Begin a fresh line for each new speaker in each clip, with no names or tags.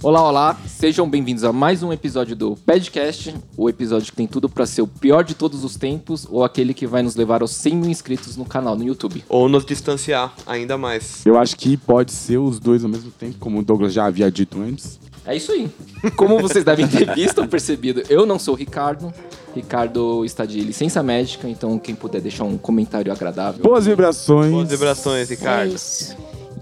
Olá, olá, sejam bem-vindos a mais um episódio do Podcast, o episódio que tem tudo pra ser o pior de todos os tempos ou aquele que vai nos levar aos 100 mil inscritos no canal no YouTube.
Ou nos distanciar ainda mais.
Eu acho que pode ser os dois ao mesmo tempo, como o Douglas já havia dito antes.
É isso aí. Como vocês devem ter visto ou percebido, eu não sou o Ricardo. Ricardo está de licença médica, então quem puder deixar um comentário agradável.
Boas vibrações.
Boas vibrações,
É
Ricardo.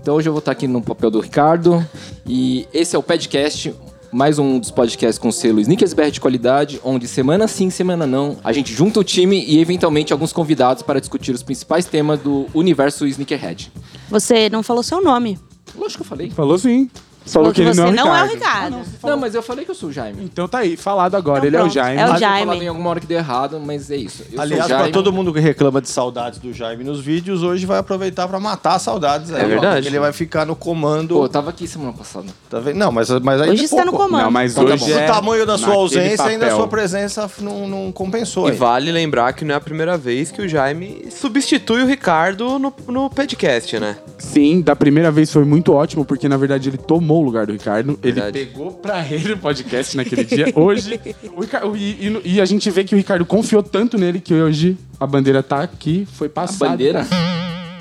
Então hoje eu vou estar aqui no papel do Ricardo e esse é o podcast. Mais um dos podcasts com selo Sneakersberg de qualidade, onde semana sim, semana não, a gente junta o time e eventualmente alguns convidados para discutir os principais temas do universo Sneakerhead.
Você não falou seu nome.
Lógico que eu falei.
Falou sim. Falou que ele
você
não é o Ricardo.
é o Ricardo.
Não, mas eu falei que eu sou o Jaime.
Então tá aí, falado agora.
Então
ele é o
pronto,
Jaime.
é o
Pode ter
Jaime.
falado em alguma hora que deu errado, mas é isso. Eu sou o
Aliás, pra
Jaime.
todo mundo que reclama de saudades do Jaime nos vídeos, hoje vai aproveitar pra matar as
É
saudades. aí, ó,
verdade.
porque Ele vai ficar no comando.
Pô, eu tava aqui semana passada.
tá vendo? Não, mas, mas aí.
Hoje
tá
está no
pouco.
comando.
Não, mas
Então tá
hoje
bom.
Do
é
tamanho da sua
naquele
ausência, ainda a
papel.
sua presença não, não compensou.
E
aí.
vale lembrar que não é a primeira vez que o Jaime substitui o Ricardo no, no podcast, né?
Sim, da primeira vez foi muito ótimo, porque na verdade ele tomou o lugar do Ricardo. Ele
Verdade.
pegou pra ele o podcast naquele dia. Hoje, o Ricardo, e, e- e a gente vê que o Ricardo confiou tanto nele que hoje a bandeira tá aqui, foi passada.
Bandeira?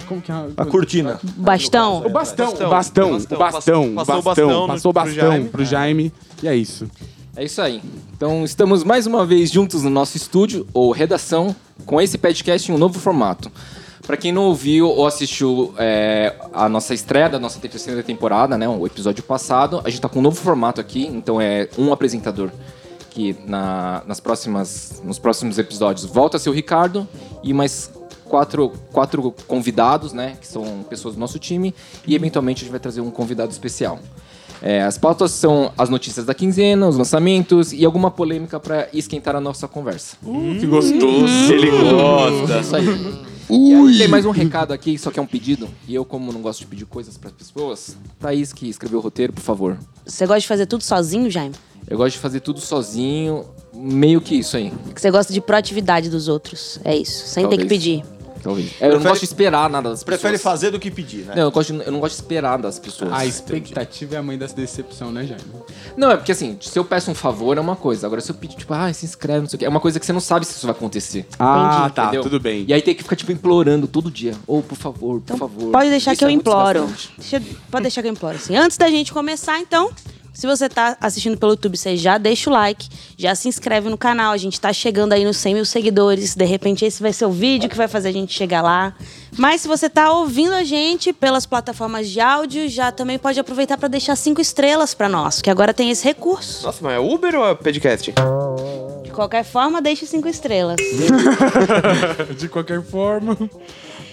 Como que é?
A cortina.
Bastão.
O É bastão,
Bastão,
o bastão, o
bastão, passou- passou o
bastão, o bastão,
bastão
passou o
pro
bastão
Jaime.
pro Jaime. E é isso.
É isso aí. Então estamos mais uma vez juntos no nosso estúdio ou redação com esse podcast em um novo formato. Pra quem não ouviu ou assistiu é, a nossa estreia da nossa terceira temporada, né, o episódio passado, a gente tá com um novo formato aqui, então é um apresentador que na- nas próximas, nos próximos episódios volta a ser o Ricardo e mais quatro, quatro convidados, né, que são pessoas do nosso time e eventualmente a gente vai trazer um convidado especial. É, as pautas são as notícias da quinzena, os lançamentos e alguma polêmica pra esquentar a nossa conversa.
Hum.
Que gostoso. Ele
É isso aí. E aí, tem mais um recado aqui, só que é um pedido. E eu, como não gosto de pedir coisas pras pessoas, Thaís, que escreveu o roteiro, por favor.
Você gosta de fazer tudo sozinho, Jaime?
Eu gosto de fazer tudo sozinho, meio que isso aí,
É que você gosta de proatividade dos outros. É isso. Sem ter que
Talvez.
pedir.
talvez. É, eu não
Prefere-
gosto de esperar nada das pessoas.
Prefere fazer do que pedir, né?
Não, eu, gosto de- eu não gosto de esperar das pessoas.
A expectativa é a mãe dessa decepção, né, Jaime?
Não, é porque assim, se eu peço um favor é uma coisa. Agora, se eu pedir, tipo, ah, se inscreve, não sei o quê, é uma coisa que você não sabe se isso vai acontecer.
Ah, tá,
Entendeu?
tudo bem.
E aí tem que ficar, tipo, implorando todo dia. Ou, por favor, por favor.
Então, Pode deixar
Isso
que eu
é muito
imploro.
desgastante.
Deixa- pode deixar que eu imploro. Assim, antes da gente começar, então, se você tá assistindo pelo YouTube, você já deixa o like, já se inscreve no canal. A gente tá chegando aí nos 100 mil seguidores. De repente, esse vai ser o vídeo que vai fazer a gente chegar lá. Mas se você tá ouvindo a gente pelas plataformas de áudio, já também pode aproveitar para deixar cinco estrelas para nós, que agora tem esse recurso.
Nossa, mas é Uber ou é podcast?
De qualquer forma, deixe cinco estrelas.
De qualquer forma,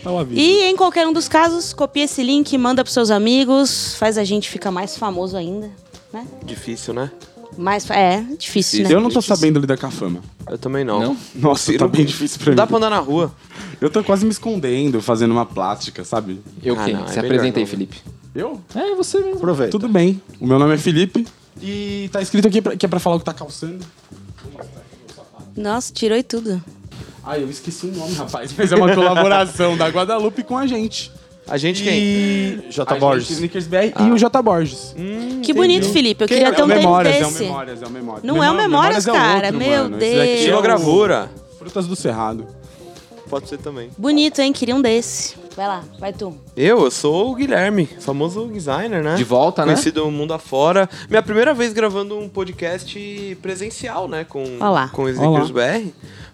tá uma vida.
E em qualquer um dos casos, copia esse link, manda pros seus amigos, faz a gente ficar mais famoso ainda, né?
Difícil, né?
Mas é difícil, né?
Eu não tô sabendo lidar com a fama.
Eu também não.
Não?
Nossa, tá bem difícil pra mim.
Dá pra andar na rua.
Eu tô quase me escondendo, fazendo uma plástica, sabe?
Eu
Ah,
quem?
não, é
Se
melhor
apresenta aí,
não.
Felipe.
Eu?
É, você mesmo.
Aproveita.
Tudo bem. O meu nome é Felipe e tá escrito aqui pra- que é pra falar o que tá calçando.
Nossa, tirou e tudo.
Ah, eu esqueci o nome, rapaz. Mas é uma colaboração da Guadalupe com a gente. Ah.
A gente quem?
E...
J.
A
tá Borges.
gente, Snickers BR É, e o J. Borges.
que bonito, Felipe. Eu
Quem
queria
é?
ter um
é o Memórias,
tênis desse.
É o Memórias, é o Memórias.
Não é o Memórias, cara, meu
Esse daqui
Deus.
é o
Xilogravura.
Frutas do Cerrado.
Pode ser também.
bonito, hein? Queria um desse. Vai lá, vai tu.
Eu, eu sou o Guilherme, famoso designer, né?
De
Tá,
volta, né?
Conhecido mundo afora. Minha primeira vez gravando um podcast presencial, né? Com,
Olá.
com o Sneakers BR.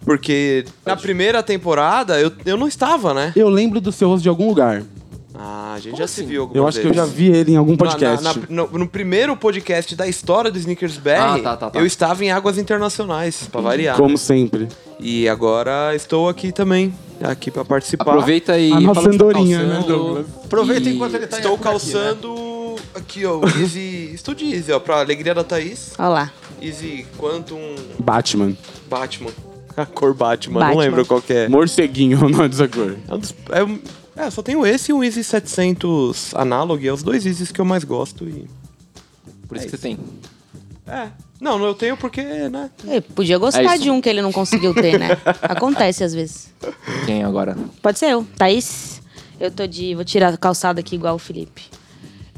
Porque na primeira temporada eu, eu não estava, né?
Eu lembro do seu rosto de algum lugar.
Ah, a gente já
assim?
se viu algumas
Eu acho que eu
vezes.
já vi ele em algum
Na-
podcast.
na- na- no, no primeiro podcast da história do Sneakers BR,
Ah, tá, tá, tá.
eu estava em águas internacionais, pra variar.
Como sempre.
E agora estou aqui também, aqui pra participar.
Aproveita e
A nossa
fala o que tá
andorinha,
calçando.
né, Douglas?
Aproveita
E-
enquanto ele tá em
Estou
aqui, né?
calçando aqui, ó, o Easy Estúdio Easy, ó, pra alegria da Thaís.
Olha lá.
Easy um Quantum
Batman.
Batman. A cor Batman,
Batman.
não lembro qual que é.
Morceguinho é o nome dessa cor.
É, um dos- é um- é, só tenho esse e o Easy 700 Analog, é os dois Easys que eu mais gosto e...
Por isso que você tem.
É, não, não eu tenho porque, né...
Ele podia
É
gostar
isso.
de um que ele não conseguiu ter, né? Acontece às vezes.
Quem agora?
Pode ser eu. Thaís, eu tô de. Vou tirar a calçada aqui igual o Felipe.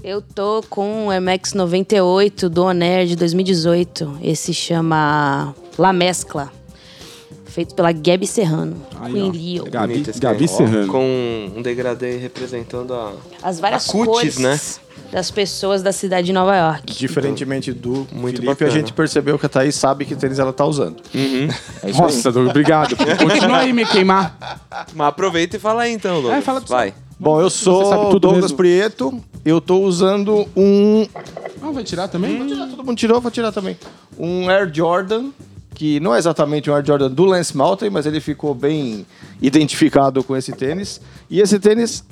Eu tô com o MX98 do Oner de 2018. Esse chama La Mescla. Feito pela Gabi Serrano. com Leo.
Gabi,
Bonito esse
Gabi
negócio.
Serrano.
Com um degradê representando a.
As várias
A cutis,
cores
né?
das pessoas da cidade de Nova York.
Diferentemente do
Muito
Felipe,
bacana.
a gente percebeu que a Thaís sabe que tênis ela tá usando.
É isso aí.
Nossa, Doug, obrigado. Continua aí me queimar.
Mas aproveita e fala aí então, Douglas.
É, fala do seu.
Vai.
Bom, eu sou
Você sabe tudo
Douglas
mesmo.
Prieto, eu tô usando um...
Ah, vai tirar também?
Vou tirar, todo mundo tirou, vou tirar também. Um Air Jordan, que não é exatamente um Air Jordan do Lance Mountain, mas ele ficou bem identificado com esse tênis. E esse tênis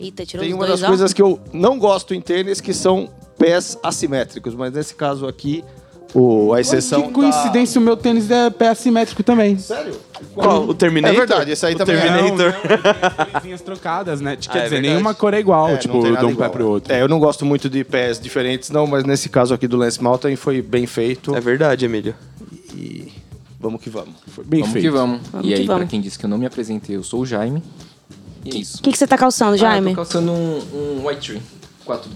Eita, tirou
Tem
os
uma
dois,
das
ó.
coisas que eu não gosto em tênis, que são pés assimétricos, mas nesse caso aqui, o, a exceção.
que coincidência, o meu tênis é pé assimétrico também.
da- Sério?
Qual? O
É
Terminator?
verdade, esse aí
o
também é.
Terminator.
Coisinhas trocadas, né? Quer
Ah, é
dizer,
verdade.
nenhuma cor é igual,
É, não
tipo,
tem
de
nada
um
igual,
pé pro
né?
outro.
É, eu não gosto muito de pés diferentes, não, mas nesse caso aqui do Lance Mountain foi bem feito.
É verdade, Emílio.
E vamos que vamos.
Foi Bem
Vamos
feito.
que vamos.
Vamos
e
que
aí, pra
vamos.
quem disse que eu não me apresentei, eu sou o Jaime. E é isso.
O que, que você tá calçando,
Ah, eu
Jaime?
tô calçando um, um White Tree 4D,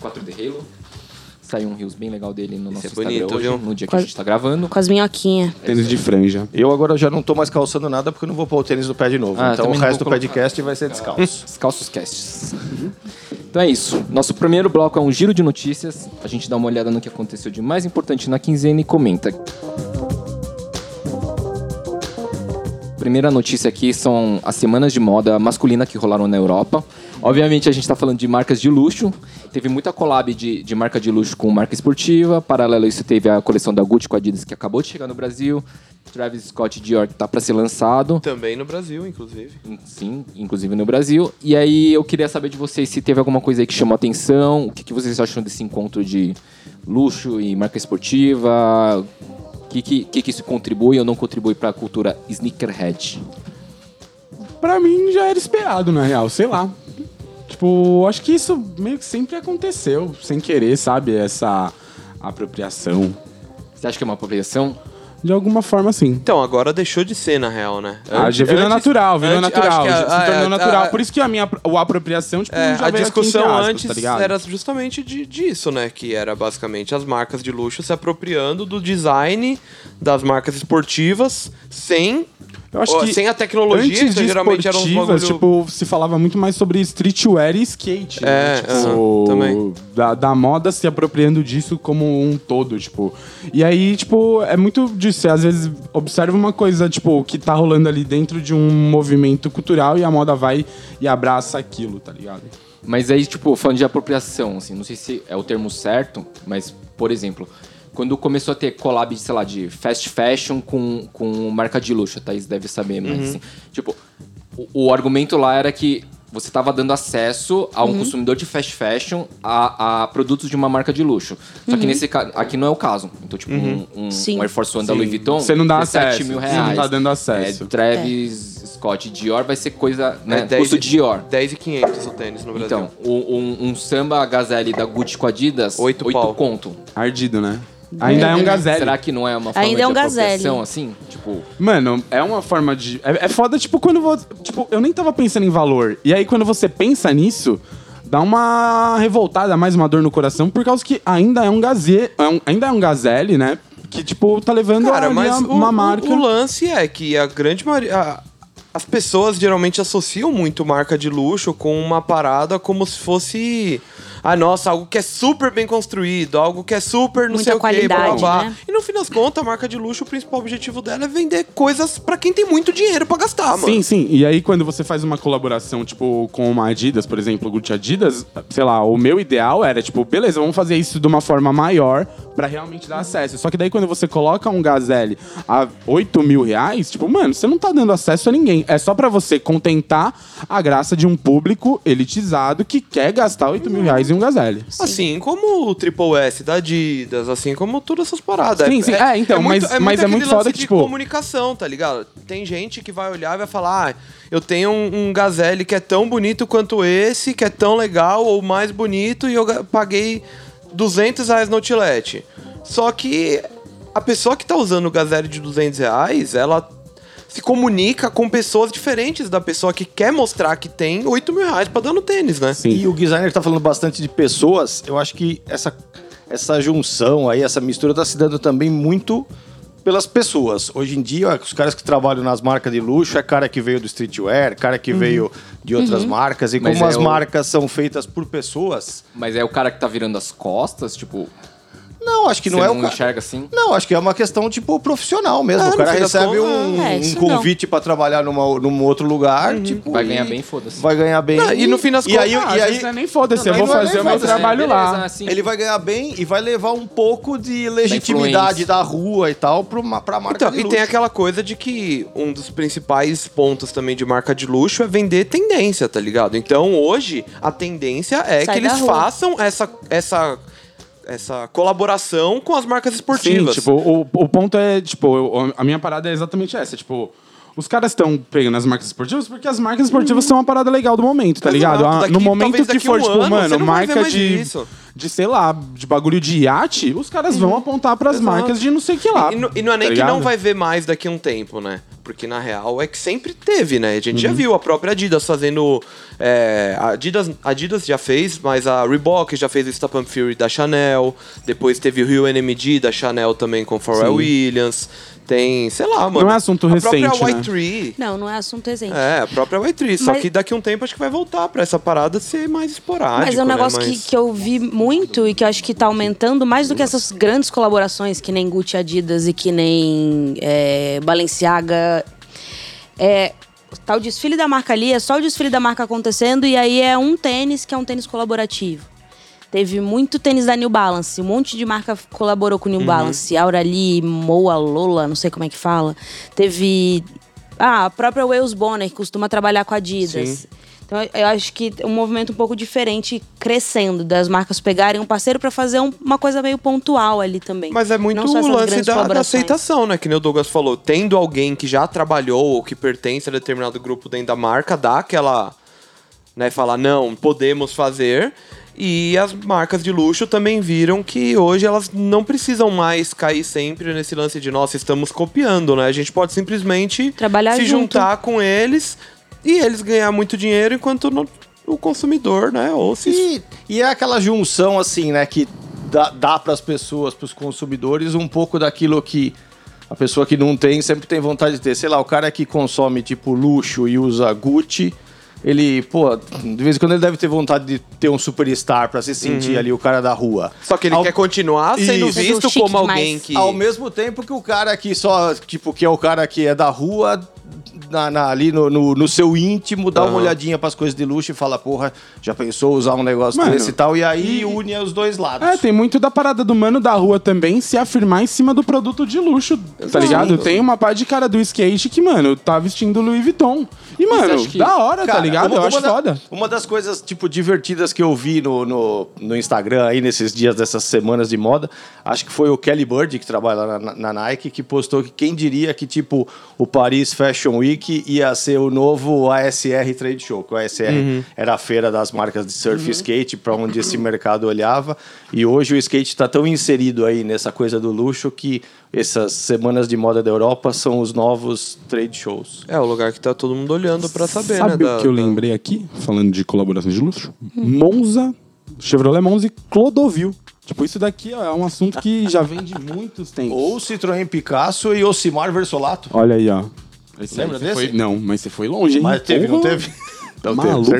4D Halo. Saiu um rios bem legal dele no nosso
é
Instagram
bonito,
hoje,
viu?
no dia que a
Quase-
gente tá gravando.
Com as minhoquinhas.
Tênis de franja.
Eu agora já não tô mais calçando nada porque eu não vou pôr o tênis no pé de novo.
Ah, eu
então o
também não
resto do
vou colocar.
podcast vai ser descalço.
Descalços Casts. Então é isso. Nosso primeiro bloco é um giro de notícias. A gente dá uma olhada no que aconteceu de mais importante na quinzena e comenta. Primeira notícia aqui são as semanas de moda masculina que rolaram na Europa. Obviamente a gente está falando de marcas de luxo. Teve muita collab de, de marca de luxo com marca esportiva. Paralelo a isso teve a coleção da Gucci com a Adidas que acabou de chegar no Brasil. Travis Scott e Dior que tá para ser lançado.
Também no Brasil, inclusive.
Sim, inclusive no Brasil. E aí eu queria saber de vocês se teve alguma coisa aí que chamou atenção, o que, que vocês acham desse encontro de luxo e marca esportiva, o que, que, que que isso contribui ou não contribui para a cultura sneakerhead.
Pra mim já era esperado, na real, sei lá. Tipo, acho que isso meio que sempre aconteceu, sem querer, sabe? Essa apropriação.
Você acha que é uma apropriação?
De alguma forma, sim.
Então, agora deixou de ser, na real, né?
Ah, já virou
Antes-
natural, virou
antes-
natural.
acho que
já
a-
se
a-
tornou
a-
natural.
a-
Por isso que a minha apro- a apropriação, tipo,
É,
já
a
veio aqui entre
discussão
aspas, tá
antes
ligado?
era justamente de, disso, né? Que era basicamente as marcas de luxo se apropriando do design das marcas esportivas sem,
Eu acho
ó,
que
sem a tecnologia,
antes
que
de
geralmente era um bagulho...
esportivas, tipo, se falava muito mais sobre streetwear e skate. né?
É,
tipo,
aham, também.
Da, da moda se apropriando disso como um todo, tipo. E aí, tipo, é muito disso. Você, às vezes observa uma coisa, tipo, que tá rolando ali dentro de um movimento cultural e a moda vai e abraça aquilo, tá ligado?
Mas aí, tipo, falando de apropriação, assim, não sei se é o termo certo, mas, por exemplo, quando começou a ter collab, sei lá, de fast fashion com, com marca de luxo, a Thaís deve saber,
Uhum.
mas, assim, tipo, o, o argumento lá era que você estava dando acesso a um
Uhum.
consumidor de fast fashion a, a produtos de uma marca de luxo. Só
Uhum.
que nesse ca- aqui não é o caso. Então, tipo, um, um-
Sim.
um Air Force One da Louis Vuitton,
Você não dá
17
acesso,
mil
você
reais.
não tá dando acesso.
É, Travis Scott Dior vai ser coisa,
É
né, custo Dior.
10,500 o tênis no Brasil.
Então, o- um, um samba gazelle da Gucci com Adidas,
Oito pau.
conto.
Ardido, né? Ainda é um gazelle.
Será que não é uma forma
Ainda é um
de apropriação,
gazelle.
assim? Tipo,
Mano, é uma forma de. É, é foda, tipo, quando você. Tipo, eu nem tava pensando em valor. E aí, quando você pensa nisso, dá uma revoltada, mais uma dor no coração, por causa que ainda é um gazelle. É um- ainda é um gazelle, né? Que, tipo, tá levando
Cara,
ali
mas
a-
o,
uma
o-
marca.
o lance é que a grande maioria. a- As pessoas geralmente associam muito marca de luxo com uma parada como se fosse. Ah, nossa, algo que é super bem construído, algo que é super não
Muita
sei o que, blá, blá,
qualidade,
blá.
né?
E no fim das contas, a marca de luxo, o principal objetivo dela é vender coisas pra quem tem muito dinheiro pra gastar,
Ah,
mano.
Sim, sim. E aí, quando você faz uma colaboração, tipo, com uma Adidas, por exemplo, Gucci Adidas, sei lá, o meu ideal era, tipo, beleza, vamos fazer isso de uma forma maior pra realmente dar acesso. Só que daí, quando você coloca um Gazelle a 8 mil reais, tipo, mano, você não tá dando acesso a ninguém. É só pra você contentar a graça de um público elitizado que quer gastar 8 mil reais em um Gazelle.
Assim como o Triple S da Adidas, assim como todas essas paradas.
Sim, sim. É, então, mas- mas é
aquele
muito
lance
foda que,
de
tipo-
comunicação, tá ligado? Tem gente que vai olhar e vai falar, ah, eu tenho um, um Gazelle que é tão bonito quanto esse, que é tão legal ou mais bonito e eu ga- paguei 200 reais no outlet. Só que a pessoa que tá usando o Gazelle de 200 reais, ela se comunica com pessoas diferentes da pessoa que quer mostrar que tem 8 mil reais pra dar no tênis, né?
Sim.
E o designer tá falando bastante de pessoas. Eu acho que essa, essa junção aí, essa mistura tá se dando também muito pelas pessoas. Hoje em dia, os caras que trabalham nas marcas de luxo é cara que veio do streetwear, cara que veio de outras marcas. E
Uhum. Mas
como
é
as
o-
marcas são feitas por pessoas,
Mas é o cara que tá virando as costas, tipo,
não, acho que
que
não é o
não
cara.
enxerga assim?
Não, acho que é uma questão, tipo, profissional mesmo.
Ah,
o
no
cara
fim das
recebe
contas,
um,
é,
um
isso não.
convite pra trabalhar numa, num outro lugar, tipo...
Vai ganhar
e-
bem, foda-se.
Vai ganhar bem.
Uhum. Não, e no fim das
e
Ah,
aí, e
às
aí
vezes não é nem foda-se, né?
Não,
eu vou
não é nem
fazer o meu
foda-se,
trabalho lá.
assim,
assim.
ele vai ganhar bem e vai levar um pouco de legitimidade
influência.
da rua e tal pra, uma, pra marca
Então,
de
e
luxo.
tem aquela coisa de que um dos principais pontos também de marca de luxo é vender tendência, tá ligado? Então hoje a tendência é
Sai
que
da
eles
rua.
façam essa, essa, essa colaboração com as marcas esportivas.
Sim, tipo, o, o ponto é, tipo, eu- a minha parada é exatamente essa, tipo... Os caras estão pegando as marcas esportivas porque as marcas esportivas
Uhum.
são uma parada legal do momento, tá
Exato.
ligado? Ah,
Daqui-
no
talvez
momento que
daqui
for,
um
tipo,
ano, você
mano,
não vai ver
marca
mais
de,
isso. Uhum.
de, sei lá, de bagulho de iate, os caras vão apontar pras
Exato.
marcas de não sei que lá.
E, não- e não é nem
tá
que não
ligado?
vai ver mais daqui a um tempo, né? Porque na real é que sempre teve, né? A gente
Uhum.
já viu a própria Adidas fazendo. É, a Adidas, a Adidas já fez, mas a Reebok já fez o Stop and Fury da Chanel. Depois teve o Rio NMD da Chanel também com Pharrell Williams. Tem, sei lá, mano.
é assunto
a A
recente,
própria
né?
White Tree.
Não, não é assunto recente.
É, a própria White Tree. Só
Mas-
que daqui a um tempo acho que vai voltar pra essa parada ser mais né? esporádica.
Mas é um negócio que, que eu vi muito e que eu acho que tá aumentando mais do que essas grandes colaborações, que nem Gucci Adidas e que nem é, Balenciaga. É, tá o desfile da marca ali, é só o desfile da marca acontecendo e aí é um tênis que é um tênis colaborativo. Teve muito tênis da New Balance, um monte de marca colaborou
Uhum.
com New Balance. Aurali, Moa, Lola, não sei como é que fala. Teve. Ah, a própria Wales Bonner, que costuma trabalhar com a Adidas. Então eu- eu acho que é um movimento um pouco diferente crescendo, das marcas pegarem um parceiro pra fazer um- uma coisa meio pontual ali também.
Mas é muito
Não só
o
essas
lance
grandes
da, da
colaborações.
aceitação, né? Que nem o Douglas falou. Tendo alguém que já trabalhou ou que pertence a determinado grupo dentro da marca, dá aquela. Né, falar, não, podemos fazer. E as marcas de luxo também viram que hoje elas não precisam mais cair sempre nesse lance de, nossa, estamos copiando, né? A gente pode simplesmente
Trabalhar
se
junto.
juntar com eles e eles ganhar muito dinheiro enquanto no- o consumidor, né? Ou se
E, e é aquela junção, assim, né, que dá, dá para as pessoas, para os consumidores, um pouco daquilo que a pessoa que não tem sempre tem vontade de ter. Sei lá, o cara que consome, tipo, luxo e usa Gucci, ele, pô, de vez em quando ele deve ter vontade de ter um superstar para se sentir ali o cara da rua.
Uhum. Só que ele
Ao-
quer continuar sendo
Isso.
visto
Sendo chique
como alguém
demais.
que.
Ao mesmo tempo que o cara que só, tipo, que é o cara que é da rua, na- na- ali no, no- no seu íntimo, dá uma olhadinha pras coisas de luxo e fala, porra, já pensou usar um negócio
Mano,
desse e tal? E aí une os dois lados.
É, tem muito da parada do mano da rua também se afirmar em cima do produto de luxo, tá ligado? Tem uma parte de cara do skate que, mano, tá vestindo Louis Vuitton. E, mano,
acha que-
da hora,
Cara,
tá ligado? Eu acho
da-
foda.
Uma das coisas, tipo, divertidas que eu vi no, no, no Instagram aí nesses dias dessas semanas de moda, acho que foi o Kelly Bird, que trabalha lá na, na Nike, que postou que quem diria que, tipo, o Paris Fashion Week ia ser o novo ASR Trade Show, que o ASR
Uhum.
era a feira das marcas de surf e skate, para onde esse mercado olhava, e hoje o skate está tão inserido aí nessa coisa do luxo que essas semanas de moda da Europa são os novos trade shows.
É, o lugar que tá todo mundo olhando pra saber, né?
Sabe
da-
o que eu
da-
lembrei aqui, falando de colaboração de luxo? Monza, Chevrolet Monza e Clodovil. Tipo, isso daqui ó, é um assunto que já vem de muitos tempos.
Ou Citroën Picasso e Ocimar Versolato.
Olha aí, ó. Esse
Lembra
aí você
desse?
foi- Não, mas você foi longe, hein?
Mas teve, não
Porra,
teve? Não
Maluco.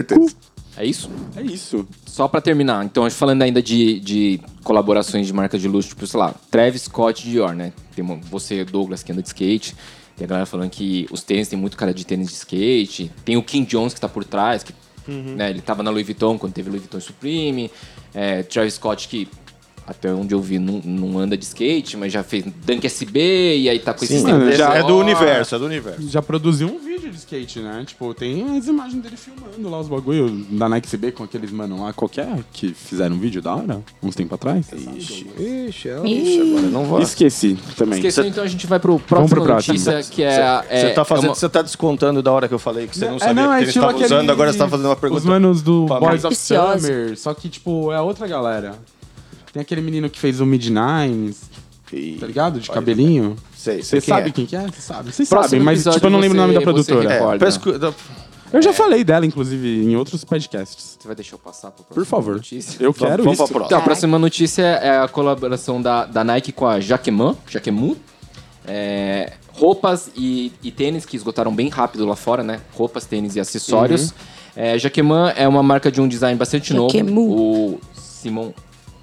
É isso?
É isso.
Só pra terminar, então, falando ainda de, de colaborações de marca de luxo, tipo, sei lá, Travis Scott e Dior, né? Tem uma- você, Douglas, que anda de skate. Tem a galera falando que os tênis tem muito cara de tênis de skate. Tem o Kim Jones que tá por trás, que né, ele tava na Louis Vuitton quando teve Louis Vuitton Supreme. É, Travis Scott que, até onde eu vi, não, não anda de skate, mas já fez Dunk SB e aí tá com esses
mano,
tênis
já-
da
é do
hora.
universo, é do universo.
Já produziu um vídeo de skate, né? Tipo, tem as imagens dele filmando lá os bagulho da Nike CB com aqueles mano lá qualquer que fizeram um vídeo da hora, uns tempo atrás.
Ixi,
um-
é...
Não vou.
Esqueci também.
Esqueceu, então a gente vai pro
Vamos
próximo
pro próximo. então.
notícia, que é... a- é-
Você tá fazendo,
é uma-
você tá descontando da hora que eu falei que você não sabia
é
que ele
estilo
estava
aquele-
usando, agora você tá fazendo uma pergunta.
Os manos do
pra
Boys
mim.
of
Viciosa.
Summer, só que, tipo, é outra galera. Tem aquele menino que fez o Midnines, tá ligado? De cabelinho.
Sei,
Você
sei quem
sabe
é.
quem que é? Você sabe. Vocês
Próximo
sabem, mas
episódio
tipo, eu não lembro o nome
você- você
da produtora.
recorda.
É,
Olha.
peço cu- da-
Eu
É.
já falei dela, inclusive, em outros podcasts.
Você vai deixar eu passar pro próximo
Por favor.
notícia?
Eu quero
vamos pra
isso.
próxima.
Então, a próxima notícia é a colaboração da, da Nike com a Jaquemin, Jaquemin. É, roupas e, e tênis que esgotaram bem rápido lá fora, né? Roupas, tênis e acessórios. É, Jaquemin é uma marca de um design bastante
Jaquemin.
novo. O Simon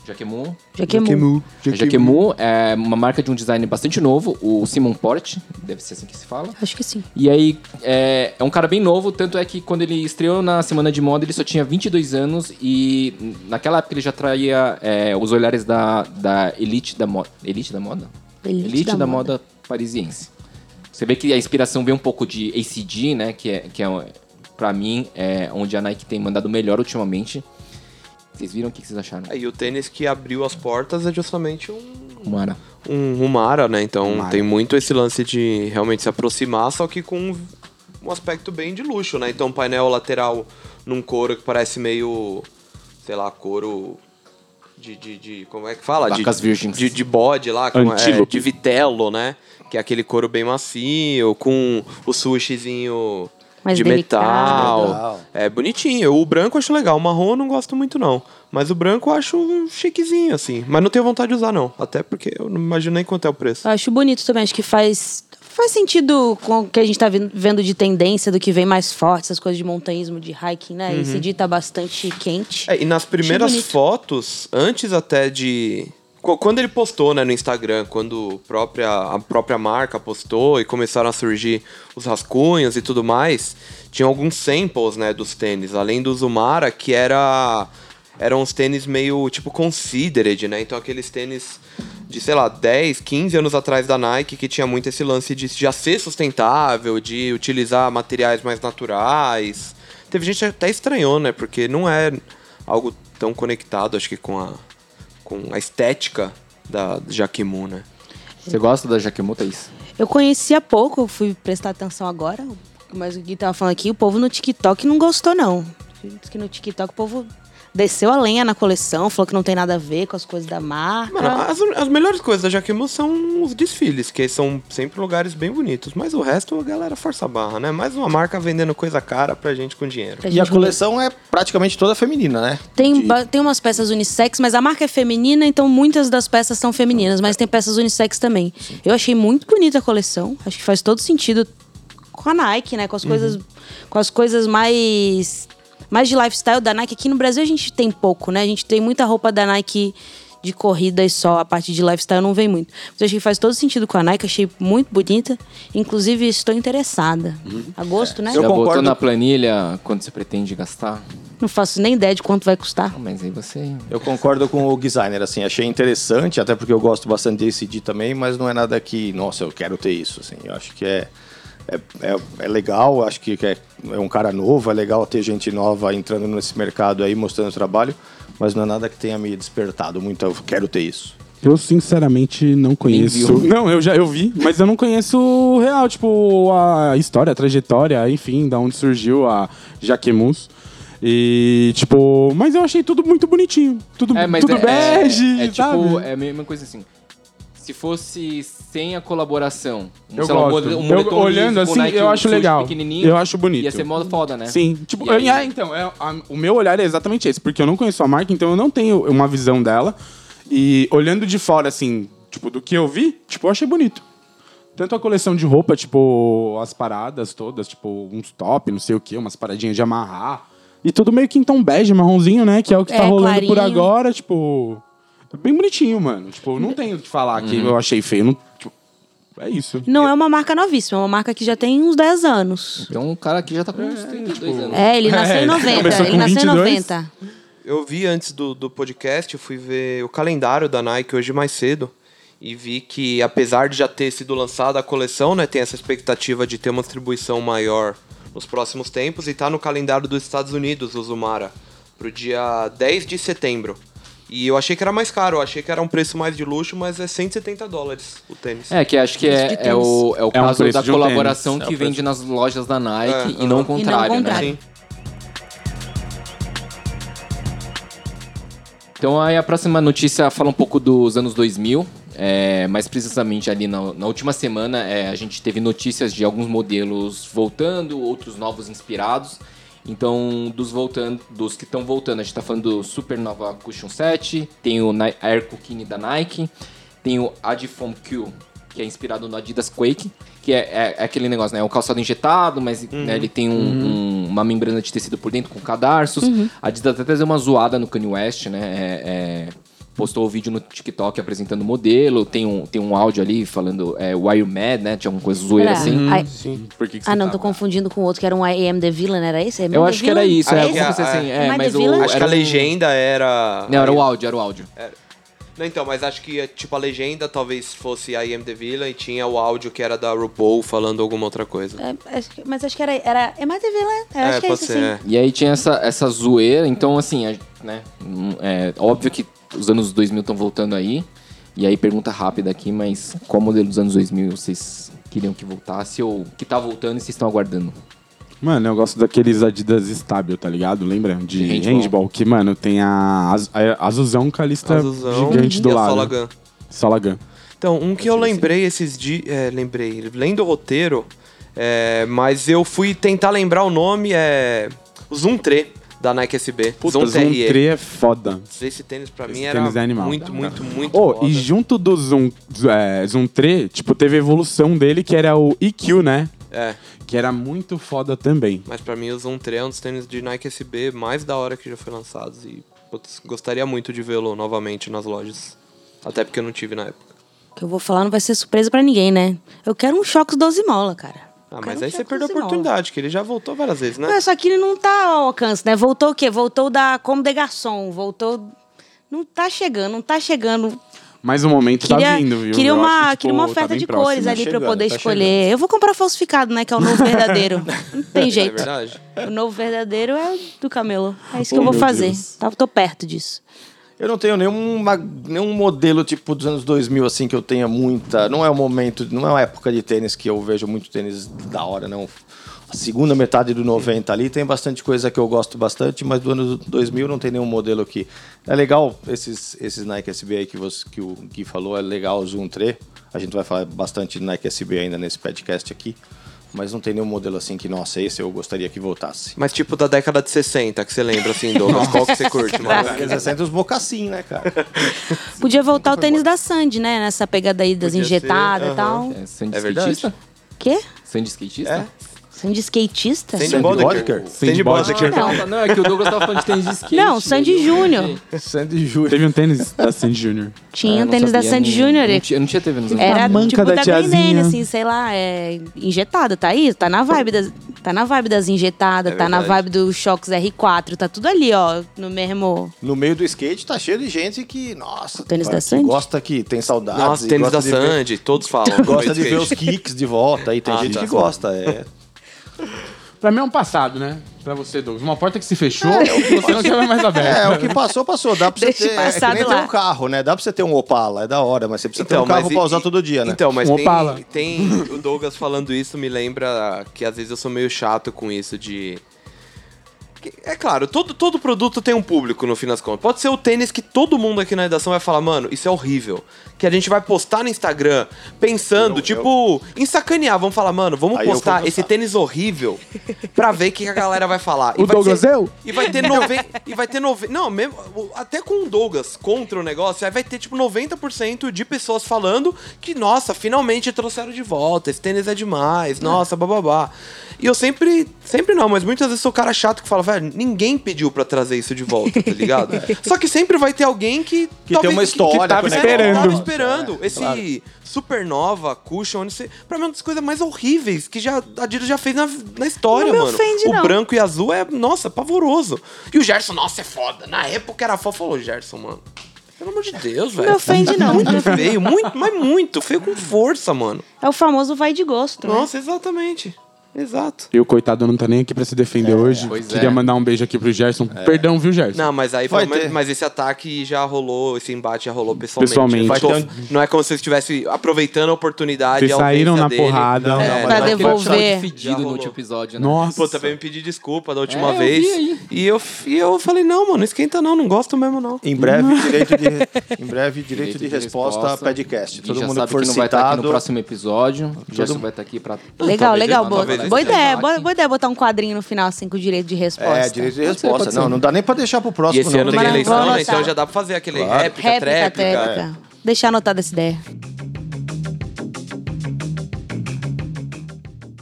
Jaquemin
Já queimou.
a Jaquemu é uma marca de um design bastante novo, o Simon Porte, deve ser assim que se fala.
Acho que sim.
E aí, é, é um cara bem novo, tanto é que quando ele estreou na Semana de Moda, ele só tinha 22 anos e naquela época ele já traía é, os olhares da, da elite da moda. Elite da moda?
Elite
da,
da
moda. parisiense. Você vê que a inspiração vem um pouco de ACD, né? Que é, que é pra mim, é onde a Nike tem mandado melhor ultimamente. Vocês viram o que que vocês acharam?
Aí o tênis que abriu as portas é justamente um
Mara.
um Rumara, né? Então
Humara.
tem muito esse lance de realmente se aproximar, só que com um, um aspecto bem de luxo, né? Então painel lateral num couro que parece meio, sei lá, couro de, de, de- como é que fala? De-
Vacas virgens.
De, de bode lá, como é,
Antílope.
de vitelo, né? Que é aquele couro bem macio, com o sushizinho
Mais
de
delicado.
metal.
Legal.
É bonitinho. O branco eu acho legal. O marrom eu não gosto muito, não. Mas o branco eu acho chiquezinho, assim. Mas não tenho vontade de usar, não. Até porque eu não imagino nem quanto é o preço.
Eu acho bonito também, acho que faz. Faz sentido com o que a gente tá vendo- vendo de tendência, do que vem mais forte, essas coisas de montanhismo, de hiking, né? Esse dia tá bastante quente.
Uhum. É, e nas primeiras
bonito.
fotos, antes até de. Qu- Quando ele postou né, no Instagram, quando própria, a própria marca postou e começaram a surgir os rascunhos e tudo mais, tinha alguns samples né, dos tênis, além do Zumara, que era eram uns tênis meio tipo considered, né? Então aqueles tênis de, sei lá, 10, 15 anos atrás da Nike, que tinha muito esse lance de já ser sustentável, de utilizar materiais mais naturais. Teve gente que até estranhou, né? Porque não é algo tão conectado, acho que com a, com a estética da Jaquimu, né?
Você gosta da é Jaquemin, Thaís?
Eu conheci há pouco, eu fui prestar atenção agora, mas o Gui tava falando aqui, o povo no TikTok não gostou, não. Diz que no TikTok o povo desceu a lenha na coleção, falou que não tem nada a ver com as coisas da marca.
Mano, as, as melhores coisas da Jaquimu são os desfiles, que são sempre lugares bem bonitos. Mas o resto, a galera força a barra, né? Mais uma marca vendendo coisa cara pra gente com dinheiro.
Que
E a
gente
coleção é praticamente toda feminina, né?
Tem,
De-
ba- tem umas peças unissex, mas a marca é feminina, então muitas das peças são femininas, mas tem peças unissex também. Eu achei muito bonita a coleção, acho que faz todo sentido com a Nike, né? Com as
Uhum.
coisas, com as coisas mais, mais de lifestyle da Nike. Aqui no Brasil a gente tem pouco, né? A gente tem muita roupa da Nike de corrida e só a parte de lifestyle não vem muito. Mas eu achei que faz todo sentido com a Nike, achei muito bonita. Inclusive, estou interessada. Agosto, né?
Já
Uhum. É. Eu
botou
concordo.
na planilha quanto você pretende gastar?
Não faço nem ideia de quanto vai custar.
Ah, mas aí você.
Eu concordo com o designer, assim, achei interessante, até porque eu gosto bastante de ACD também, mas não é nada que, nossa, eu quero ter isso, assim, eu acho que é, é, é, é legal, acho que é, é um cara novo, é legal ter gente nova entrando nesse mercado aí, mostrando o trabalho, mas não é nada que tenha me despertado muito, eu quero ter isso.
Eu sinceramente não conheço.
viu.
Não, eu já eu vi, mas eu não conheço o real, tipo, a história, a trajetória, enfim, da onde surgiu a Jaquemus. E, tipo, mas eu achei tudo muito bonitinho. Tudo, tudo bege,
é,
sabe?
tipo, é a mesma coisa assim. Se fosse sem a colaboração, um,
Eu
sei lá, um
gosto.
mole- um
Eu-
moletom
olhando
liso com
assim,
Nike,
eu
um
acho
sujo
legal.
pequenininho,
Eu acho bonito.
Ia ser moda foda, né?
Sim, tipo,
E aí-
é, então, é, a- o meu olhar é exatamente esse, porque eu não conheço a marca, então eu não tenho uma visão dela. E olhando de fora, assim, tipo, do que eu vi, tipo, eu achei bonito. Tanto a coleção de roupa, tipo, as paradas todas, tipo, uns top, não sei o quê, umas paradinhas de amarrar. E tudo meio que em tom bege, marronzinho, né? Que é o que tá
É,
rolando por
clarinho.
agora, tipo. é Bem bonitinho, mano. Tipo, não tenho o que falar que
Uhum.
eu achei feio. não- tipo, é isso.
Não é uma marca novíssima, é uma marca que já tem uns 10 anos.
Então o cara aqui já tá com uns 32 anos.
É, ele nasceu
É,
em
ele
90.
começou
Ele
com
nasceu em
22.
90.
Eu vi antes do, do podcast, eu fui ver o calendário da Nike hoje mais cedo. E vi que, apesar de já ter sido lançada a coleção, né? Tem essa expectativa de ter uma distribuição maior nos próximos tempos. E tá no calendário dos Estados Unidos, o Zumara. Pro dia 10 de setembro. E eu achei que era mais caro, eu achei que era um preço mais de luxo, mas é 170 dólares o tênis.
É, que acho que
De
é, é
tênis.
o, é o
É um
caso
preço
da
de um
colaboração
tênis. É,
que
o preço.
vende nas lojas da Nike
É,
e não
aham.
o contrário,
E não o
né?
contrário.
Sim.
Então aí a próxima notícia fala um pouco dos anos 2000. É, mais precisamente ali na, na última semana, é, a gente teve notícias de alguns modelos voltando, outros novos inspirados. Então, dos, voltando, dos que estão voltando, a gente está falando do Supernova Cushion 7, tem o Ni- Air Cookini da Nike, tem o Adifoam Q, que é inspirado no Adidas Quake, que é, é- é aquele negócio, né? É um calçado injetado, mas né, ele tem um- um- uma membrana de tecido por dentro com cadarços. A Adidas até deu uma zoada no Kanye West, né? É- é, postou o vídeo no TikTok apresentando o modelo, tem um, tem um áudio ali falando é, Why You Mad, né? Tinha alguma coisa zoeira
Era-
assim.
É. ai-
Por que, que
ah,
você
não,
tava?
tô confundindo com outro que era um I Am The Villain, era esse? I Am
Eu
The
acho que era
Villain?
isso, é,
Ah,
alguma
que a-
coisa assim. É,
Mas
mas
The
o,
Villain?
era
Acho que a
um-
legenda era.
Não, era o áudio, era o áudio.
Não, então, mas acho que, tipo, a legenda talvez fosse I Am The Villain e tinha o áudio que era da RuPaul falando alguma outra coisa.
É, acho que- mas acho que era. era Am I The Villain? Eu acho que é isso, sim.
E aí tinha essa, essa zoeira, então assim, a- né? hum, É óbvio que os anos 2000 estão voltando aí. E aí, pergunta rápida aqui, mas qual modelo dos anos 2000 vocês queriam que voltasse ou que tá voltando e vocês estão aguardando?
Mano, eu gosto daqueles Adidas estável, tá ligado? Lembra? De
De handball.
handball. que, mano, tem a, az- a azulzão com a lista
Azulzão
Tá gigante do
e a
lado.
Solagan.
Solagan.
Então, um que eu lembrei esses dias. lembrei, lendo o roteiro, é, mas eu fui tentar lembrar o nome, é. O Zoom 3 da Nike SB.
Puta,
Zoom
Zoom
TRE.
3 é foda.
Esse tênis pra
Esse
mim era
tênis é animal.
muito, muito, muito.
Oh,
foda.
e junto do Zoom, z- é, Zoom 3, tipo, teve a evolução dele que era o EQ, né?
É,
Que era muito foda também.
mas pra mim o Zoom 3 é um dos tênis de Nike SB mais da hora que já foi lançados e putz, gostaria muito de vê-lo novamente nas lojas. Até porque eu não tive na época.
O que eu vou falar não vai ser surpresa pra ninguém, né? Eu quero um Chox 12 mola, cara.
Ah,
Eu quero
mas
um
aí você
Shox
perdeu a
12 mola.
oportunidade, que ele já voltou várias vezes, né?
Não, só que ele não tá ao alcance, né? Voltou o quê? Voltou da Como de Garçom, voltou... Não tá chegando, não tá chegando.
Mas o momento tá
Queria,
vindo, viu?
queria,
Eu
uma,
acho que, tipo,
queria uma
tá
oferta
bem
de
próximo.
cores ali pra eu
chegando,
poder
tá
escolher. Eu vou comprar falsificado, né? Que é o novo verdadeiro. não tem
É
jeito.
verdade.
o novo verdadeiro é o do camelo. É isso que
Oh,
eu vou
meu
fazer.
Deus.
Tá, tô perto disso.
Eu não tenho nenhuma, nenhum modelo tipo dos anos 2000 assim que eu tenha muita. Não é o momento, não é uma época de tênis que eu vejo muito tênis da hora, não. A segunda metade do 90 ali tem bastante coisa que eu gosto bastante, mas do ano 2000 não tem nenhum modelo aqui. É legal esses, esses Nike SB aí que, você, que o Gui falou, é legal o Zoom 3. A gente vai falar bastante de Nike SB ainda nesse podcast aqui, mas não tem nenhum modelo assim que, nossa, esse eu gostaria que voltasse.
Mas tipo da década de 60, que você lembra, assim, Douglas, qual que você curte, mano?
Eles aceitam os bocacim, né, cara?
Podia voltar
tá
o tênis da Sandy, né? Nessa pegada aí das
Podia ser,
injetadas
aham.
e tal.
É Sandy
É verdade. É?
skatista?
Quê?
Sandy skatista?
Sandy skatista?
Sandy
Sandy
Bodeker.
Bodeker.
Sandy
Sandy
Bodeker.
Bodeker.
Ah, não, é que o Douglas tava falando de tênis de skate.
né?
Não, Sandy
Eu-
Júnior.
Sandy Júnior.
Teve um tênis da Sandy Júnior.
Tinha
Ah,
o
não
tênis da
sabia,
Sandy
não-
Júnior.
Não, tinha- não tinha TV nos anos
Era
manca
tipo
da
da, Green Lane,
tiazinha.
assim, sei lá, é injetada, tá aí? Tá na vibe das, tá na vibe das injetadas,
É
tá na
verdade.
vibe do Shox R4, tá tudo ali, ó, no mesmo...
No meio do skate tá cheio de gente que, nossa,
Tênis
cara,
da
que
Sandy?
gosta que tem saudades.
Nossa,
e
tênis
gosta
da
de ver-
Sandy, todos falam.
Gosta de ver os kicks de volta aí, tem
Ah,
gente
tá.
que gosta. É.
Pra mim é um passado, né? Pra você, Douglas. Uma porta que se fechou,
É,
você não quer mais aberta.
É, o que passou, passou. Dá pra você
Deixa
ter. É que
passado
nem ter
lá.
um carro, né? Dá pra você ter um Opala, é da hora, mas você precisa ter um
Então, mas
carro
e-
pra usar todo dia, né?
Então, mas
Um
tem,
Opala.
tem o Douglas falando isso me lembra que às vezes eu sou meio chato com isso de que- é claro, todo, todo produto tem um público no fim das contas. Pode ser o tênis que todo mundo aqui na redação vai falar, mano, isso é horrível. Que a gente vai postar no Instagram pensando,
Eu-
tipo, em sacanear. Vamos falar, mano, vamos
Aí eu vou
postar
postar.
esse tênis horrível pra ver o que a galera vai falar.
O
vai
Douglas,
ser-
eu?
E vai ter 90. e vai ter 90. Não, mesmo, o- até com o Douglas contra o negócio, aí vai ter tipo 90% de pessoas falando que, nossa, finalmente trouxeram de volta, esse tênis é demais, nossa, bababá. E eu sempre, sempre não, mas muitas vezes sou o cara chato que fala, velho, ninguém pediu pra trazer isso de volta, tá ligado? Só que sempre vai ter alguém que.
Que tem uma história
que tava
conectada.
esperando.
Tava esperando. Esse
claro.
Supernova, Cushion, não sei, pra mim é uma das coisas mais horríveis que já, a Adidas já fez na, na história,
Não me
mano.
ofende,
o
não.
branco e azul é, nossa, pavoroso. E o Gerson, nossa, é foda. Na época era foda. Falou, Gerson, mano. Pelo amor de Deus, velho.
me ofende, não.
Muito feio, muito, mas muito. Feio com força, mano.
É o famoso vai de gosto, né?
Nossa, exatamente. Exato.
E o coitado não tá nem aqui pra se defender hoje.
pois
Queria
é.
mandar um beijo aqui pro Gerson. Perdão, viu, Gerson?
Não, mas aí
Vai
foi-
ter.
mas, mas esse ataque já rolou, esse embate já rolou pessoalmente.
Pessoalmente.
Não,
Vai
tô-
ter
um-
não é como se eu estivesse aproveitando a oportunidade.
Vocês
a
saíram
ausência
na
dele.
porrada.
Não,
É,
não,
pra
mas-
devolver.
Já
fedido no
rolou.
último episódio, né?
Nossa.
Pô, também me pedi desculpa da
É,
última
eu vi
vez.
aí.
E eu, f- e eu falei, não, mano, esquenta não, não gosto mesmo, não.
Em breve, direito de, em breve, direito de resposta,
E
podcast. Todo
já
mundo
sabe
que for
que não vai estar aqui
citado.
no próximo episódio. O Gerson vai estar aqui pra...
Legal,
talvez
legal.
não,
Boa,
talvez
boa
esse
ideia.
ataque.
Boa, boa ideia botar um quadrinho no final, assim, com direito de resposta.
É, direito de
Pode ser,
resposta.
pode
Não,
ser.
não dá nem pra deixar pro próximo.
E esse
não.
ano
Tem-
tem
Maravilha.
eleição,
Vamos
né? Então
anotar.
já dá pra fazer aquele tá
Claro.
réplica,
tá
Réplica,
tréplica.
técnica. Deixar anotada essa ideia.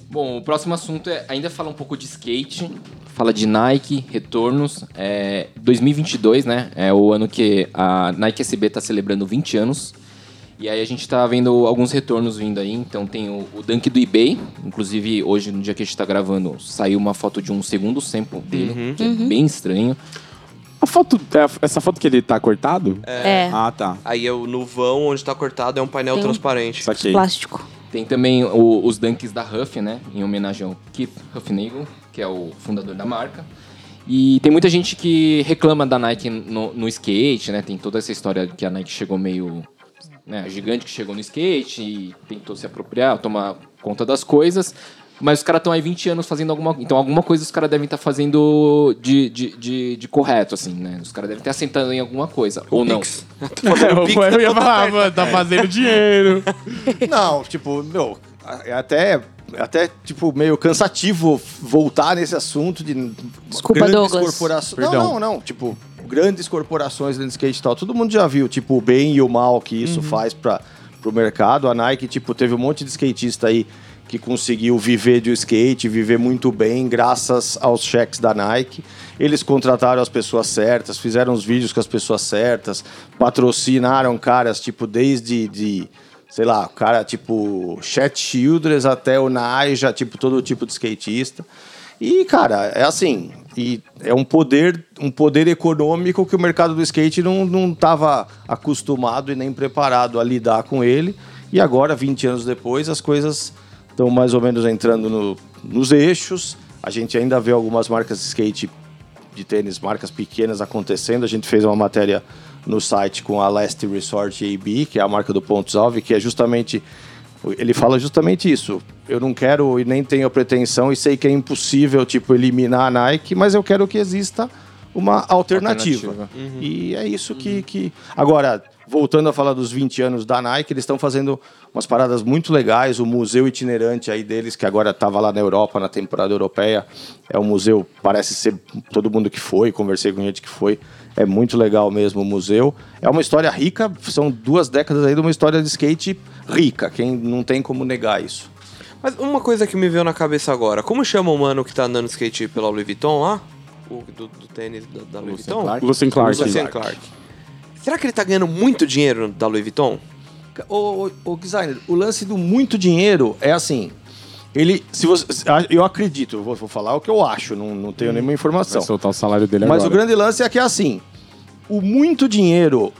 Bom, o próximo assunto é, ainda fala um pouco de skate, fala de Nike, retornos. É, 2022, né? É o ano que a Nike SB está celebrando 20 anos. E aí a gente tá vendo alguns retornos vindo aí. Então tem o, o dunk do eBay. Inclusive, hoje, no dia que a gente tá gravando, saiu uma foto de um segundo sample dele,
Uhum.
que é
Uhum.
bem estranho.
A foto, é, essa foto que ele tá cortado?
É.
Ah, tá.
Aí eu, no vão onde tá cortado é um painel
Tem.
transparente.
Saquei.
Plástico.
Tem também o- os dunks da Huff, né? Em homenagem ao Kip Huffnagel, que é o fundador da marca. E tem muita gente que reclama da Nike no, no skate, né? Tem toda essa história que a Nike chegou meio... Né, a gigante que chegou no skate e tentou se apropriar, tomar conta das coisas. Mas os caras estão aí 20 anos fazendo alguma... Então alguma coisa os caras devem estar fazendo de, de, de, de correto, assim, né? Os caras devem estar assentando em alguma coisa, ou não.
Tô fazendo
É, eu,
pix, tá
eu ia
tudo
falar,
certo.
mano, tá fazendo dinheiro.
Não, tipo, meu, é até, é até tipo, meio cansativo voltar nesse assunto de
Desculpa,
grandes
Douglas.
corporações.
Perdão.
Não, não, não. Tipo, grandes corporações dentro do skate e tal. Todo mundo já viu, tipo, o bem e o mal que isso faz para pro mercado. A Nike, tipo, teve um monte de skatista aí que conseguiu viver de skate, viver muito bem, graças aos cheques da Nike. Eles contrataram as pessoas certas, fizeram os vídeos com as pessoas certas, patrocinaram caras, tipo, desde de sei lá, o cara tipo Chet Childress até o Naija, tipo todo tipo de skatista. E cara, é assim, e é um poder, um poder econômico que o mercado do skate não não tava acostumado e nem preparado a lidar com ele. E agora, 20 anos depois, as coisas estão mais ou menos entrando no- nos eixos. A gente ainda vê algumas marcas de skate de tênis, marcas pequenas acontecendo. A gente fez uma matéria no site com a Leste Resort AB, que é a marca do Pontos Alves, que é justamente. Ele fala justamente isso. Eu não quero e nem tenho a pretensão e sei que é impossível, tipo, eliminar a Nike, mas eu quero que exista uma alternativa.
Alternativa.
E é isso que, que. Agora, voltando a falar dos 20 anos da Nike, eles estão fazendo umas paradas muito legais. O museu itinerante aí deles, que agora estava lá na Europa, na temporada europeia, é um museu, parece ser todo mundo que foi, conversei com gente que foi. É muito legal mesmo o museu. É uma história rica, são duas décadas aí de uma história de skate rica. Quem não tem como negar isso.
Mas uma coisa que me veio na cabeça agora, como chama o mano que tá andando de skate pela Louis Vuitton lá? O do, do tênis da, da Louis Vuitton?
Clark. Lucien Clark.
Lucien Clark. Será que ele tá ganhando muito dinheiro da Louis Vuitton?
O, designer, o lance do muito dinheiro é assim. Ele, se você, eu acredito, eu vou, vou falar o que eu acho, não, não tenho nenhuma
Vai
informação.
soltar o salário dele
Mas
agora.
o grande lance é que é assim: o muito dinheiro,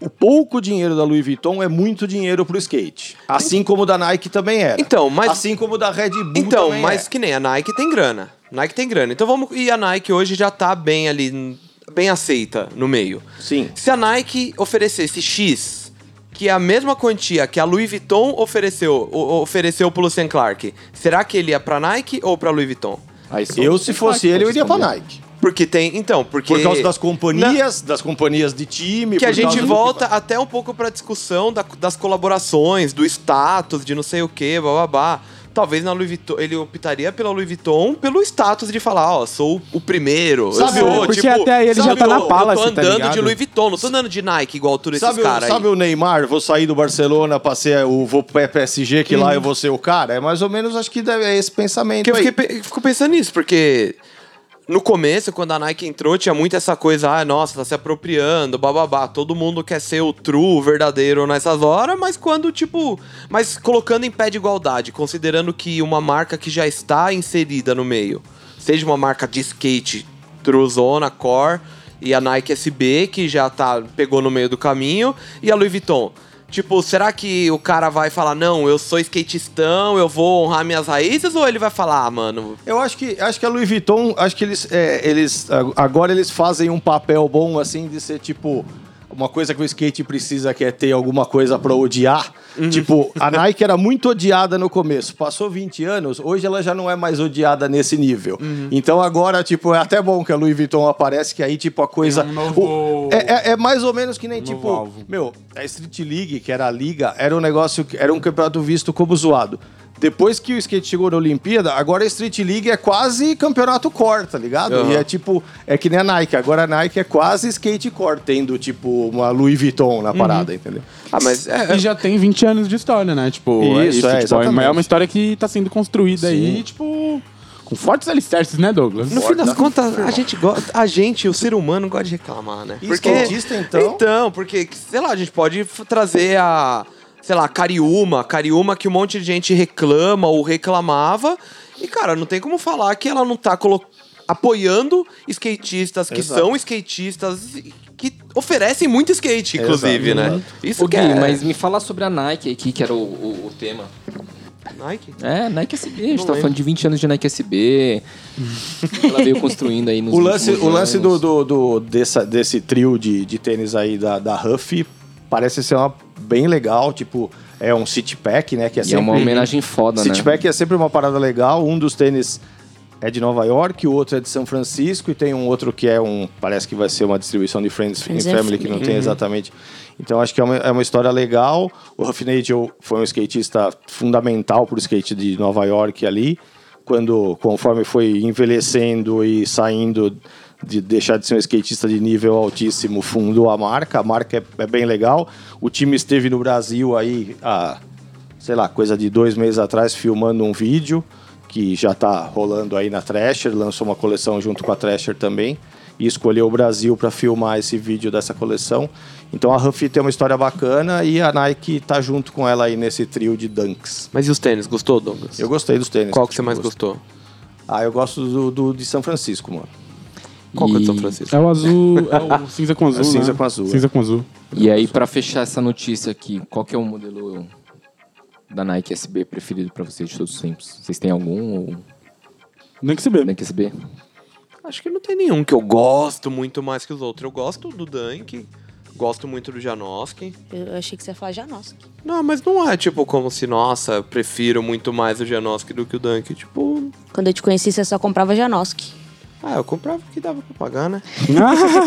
o pouco dinheiro da Louis Vuitton é muito dinheiro pro skate. Assim como o da Nike também era.
Então, mas-
Assim como o da Red Bull.
Então,
também
mas
é.
que nem a Nike tem grana. Nike tem grana. Então vamos. E a Nike hoje já tá bem ali, bem aceita no meio.
Sim.
Se a Nike oferecesse X, que é a mesma quantia que a Louis Vuitton ofereceu, o- ofereceu pro Lucien Clark, será que ele ia pra Nike ou pra Louis Vuitton?
Aí só-
Eu, se fosse ele, eu iria pra Nike.
Porque tem. Então, porque.
Por causa das
Na-
companhias, das companhias de time.
que
por
a gente
causa do-
volta até um pouco pra discussão da- das colaborações, do status, de não sei o que, bababá. Talvez na Louis Vuitton, ele optaria pela Louis Vuitton pelo status de falar, ó, sou o primeiro.
Sabe
eu
o-
sou,
porque até aí ele já
sabe,
tá na
eu-
pala,
Eu tô
assim, tá
andando
ligado?
de Louis Vuitton, não tô andando de Nike igual tudo esses
Sabe, o,
caras aí.
sabe o Neymar? Vou sair do Barcelona, passei o vou pro PSG, que lá eu vou ser o cara. É mais ou menos, acho que deve- é esse pensamento
Porque eu
aí.
fiquei, pe- fico pensando nisso, porque no começo, quando a Nike entrou, tinha muito essa coisa, ah, nossa, tá se apropriando, bababá, todo mundo quer ser o true, o verdadeiro nessas horas, mas quando, tipo, mas colocando em pé de igualdade, considerando que uma marca que já está inserida no meio, seja uma marca de skate, truzona, core, e a Nike SB, que já tá, pegou no meio do caminho, e a Louis Vuitton. Tipo, será que o cara vai falar, não, eu sou skatistão, eu vou honrar minhas raízes? Ou ele vai falar, ah, mano,
Eu acho que, acho que a Louis Vuitton, acho que eles, é, eles a- agora eles fazem um papel bom assim de ser tipo uma coisa que o skate precisa que é ter alguma coisa pra odiar.
Uhum.
Tipo, a Nike era muito odiada no começo. Passou 20 anos, hoje ela já não é mais odiada nesse nível.
Uhum.
Então agora, tipo, é até bom que a Louis Vuitton aparece que aí tipo a coisa
Tem um novo- um
o- é, é- é mais ou menos que nem
Novo
tipo,
alvo.
meu, a Street League, que era a liga, era um negócio, que- era um campeonato visto como zoado. Depois que o skate chegou na Olimpíada, agora a Street League é quase campeonato core, tá ligado?
Aham.
E é tipo, é que nem a Nike. Agora a Nike é quase skate core, tendo tipo uma Louis Vuitton
Uhum.
na parada, entendeu?
ah, mas é,
E já tem 20 anos de história, né? Tipo, é tipo, é,
Isso, é,
uma, é
exatamente.
uma história que tá sendo construída aí, tipo, com fortes alicerces, né, Douglas?
No fim das contas, a gente, go- a gente, o ser humano, gosta de reclamar, né?
E escondista, então?
Então, porque, sei lá, a gente pode f- trazer a, sei lá, a Cariúma, a Cariúma que um monte de gente reclama ou reclamava, e, cara, não tem como falar que ela não tá colo- apoiando skatistas que
Exato.
são skatistas e que oferecem muito skate, inclusive,
Exato,
né?
exato.
Isso
Ô,
que
Gui,
é...
mas me fala sobre a Nike aqui, que era o, o- o tema.
Nike?
É, Nike SB. A gente
Não
tava
lembro.
falando de 20 anos de Nike SB. ela veio construindo aí nos
O lance,
últimos
o lance do,
anos.
do, do- dessa, desse trio de, de tênis aí da, da Huff parece ser uma bem legal, tipo, é um city pack, né? Que
E
é
é
sempre
uma homenagem foda, né?
City Pack é sempre uma parada legal. Um dos tênis é de Nova York, o outro é de São Francisco e tem um outro que é um. Parece que vai ser uma distribuição de Friends,
Friends
and
and
Family, Uhum. que não tem exatamente. Então acho que é uma, é uma história legal. O Huff Nagel foi um skatista fundamental para o skate de Nova York ali. Quando, conforme foi envelhecendo e saindo de deixar de ser um skatista de nível altíssimo, fundou a marca. A marca é, é bem legal. O time esteve no Brasil aí há sei lá, coisa de dois meses atrás, filmando um vídeo que já tá rolando aí na Thrasher, lançou uma coleção junto com a Thrasher também e escolheu o Brasil para filmar esse vídeo dessa coleção. Então a Huffy tem uma história bacana e a Nike tá junto com ela aí nesse trio de dunks.
Mas e os tênis? Gostou, Douglas?
Eu gostei dos tênis.
Qual que você mais
Gosto.
gostou?
Ah, eu gosto do, do- de São Francisco, mano.
Qual que é o
E-
de São Francisco?
É o azul, é o cinza com azul,
É cinza
né?
com azul,
Cinza com azul.
E aí, pra fechar essa notícia aqui, qual que é o modelo da Nike SB preferido pra vocês de todos os tempos? Vocês têm algum? Ou...
Nem que se bebe.
Nike SB?
Acho que não tem nenhum que eu gosto muito mais que os outros. Eu gosto do Dunk, gosto muito do Janoski.
Eu achei que você ia falar já nossa.
Não, mas não é tipo como se, nossa, eu prefiro muito mais o Janoski do que o Dunk. Tipo,
Quando eu te conheci, você só comprava Janoski.
ah, eu comprava o que dava pra pagar, né?
Ah,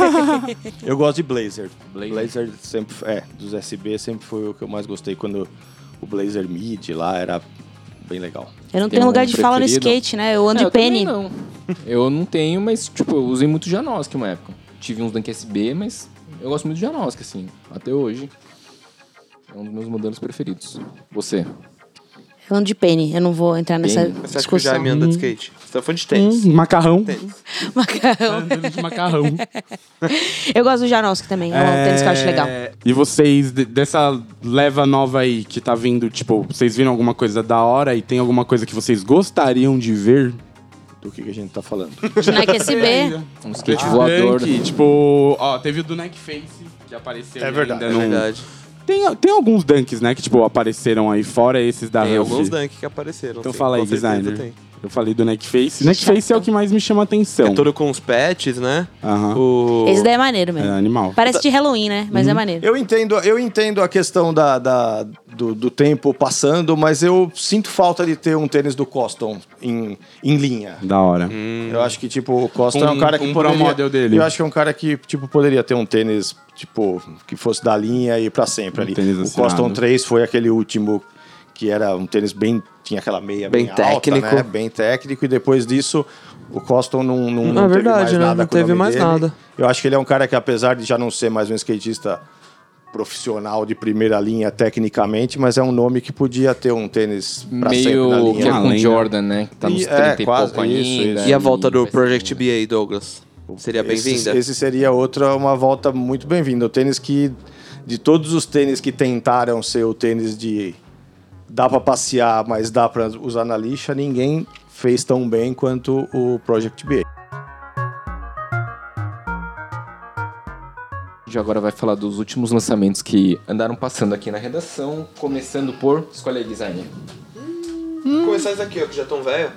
Eu gosto de Blazer. Blazer, sempre é, dos SB sempre foi o que eu mais gostei quando o Blazer Mid lá era bem legal.
Eu não
Tem
tenho lugar
algum
de fala no
preferido?
skate, né? Eu ando
É,
de
eu também
penny.
não. Eu não tenho, mas, tipo, eu usei muito Janosk uma época. Tive uns Dunk SB, mas eu gosto muito de Janosk, assim, até hoje. É um dos meus modelos preferidos. Você?
Eu ando de penny. Eu não vou entrar nessa
Penny?
Você acha que o
discussão.
Jaime anda de skate? Você tá fã de tênis.
Hum, macarrão.
Tênis.
Macarrão.
Andando de macarrão.
Eu gosto do Janoski também. É um tênis que eu acho legal.
E vocês, de- dessa leva nova aí que tá vindo, tipo, vocês viram alguma coisa da hora e tem alguma coisa que vocês gostariam de ver?
Do que, que a gente tá falando?
De Nike
É.
SB.
Um skate
Ah,
voador.
Dunk, tipo, ó, teve o do Nike Face que apareceu.
É
ainda
verdade, é
É
num-
verdade.
Tem, tem alguns dunks, né, que, tipo, apareceram aí fora esses da
Tem
Huff.
alguns Dunk que apareceram.
Ah, Então
sim,
fala aí,
com certeza
designer.
tem.
Eu falei do Nike Face. Nike Face é o que mais me chama atenção.
É todo com os patches, né?
Então. Aham.
O...
Esse daí é maneiro
É
mesmo.
animal. Uhum.
Parece de Halloween, né? Mas é maneiro.
Eu entendo, eu entendo a questão da, da- do, do tempo passando, mas eu sinto falta de ter um tênis do Coston em, em linha.
Da hora.
Hum.
Eu acho que, tipo, o Costa
Um-
é um cara que
Hum. um pro
poderia...
model dele.
Eu acho que é um cara que, tipo, poderia ter um tênis, tipo, que fosse da linha e pra sempre ali.
Um tênis
o
assinado.
Coston 3 foi aquele último que era um tênis bem... Tinha aquela meia
Bem
bem,
técnico.
alta, né? Bem técnico. E depois disso, o Coston não, não, não teve
verdade,
mais
né?
nada
Não
com o
teve
nome
mais
dele.
nada.
Eu acho que ele é um cara que, apesar de já não ser mais um skatista profissional de primeira linha tecnicamente, mas é um nome que podia ter um tênis pra sempre na
Meio
linha.
que é
Uma
com
lenda.
Jordan, né? Que tá
E-
nos
é,
30 e
quase,
pouco
isso,
ainda.
isso.
E a volta do
vai ser-
Project BA, Douglas? Seria bem-vinda?
Esse, esse seria outra, uma volta muito bem-vinda. O tênis que, de todos os tênis que tentaram ser o tênis de dá pra passear, mas dá pra usar na lixa, ninguém fez tão bem quanto o Project BA.
Já agora vai falar dos últimos lançamentos que andaram passando aqui na redação, começando por. Escolhe aí, design.
Começar isso aqui, ó, que já tão velho.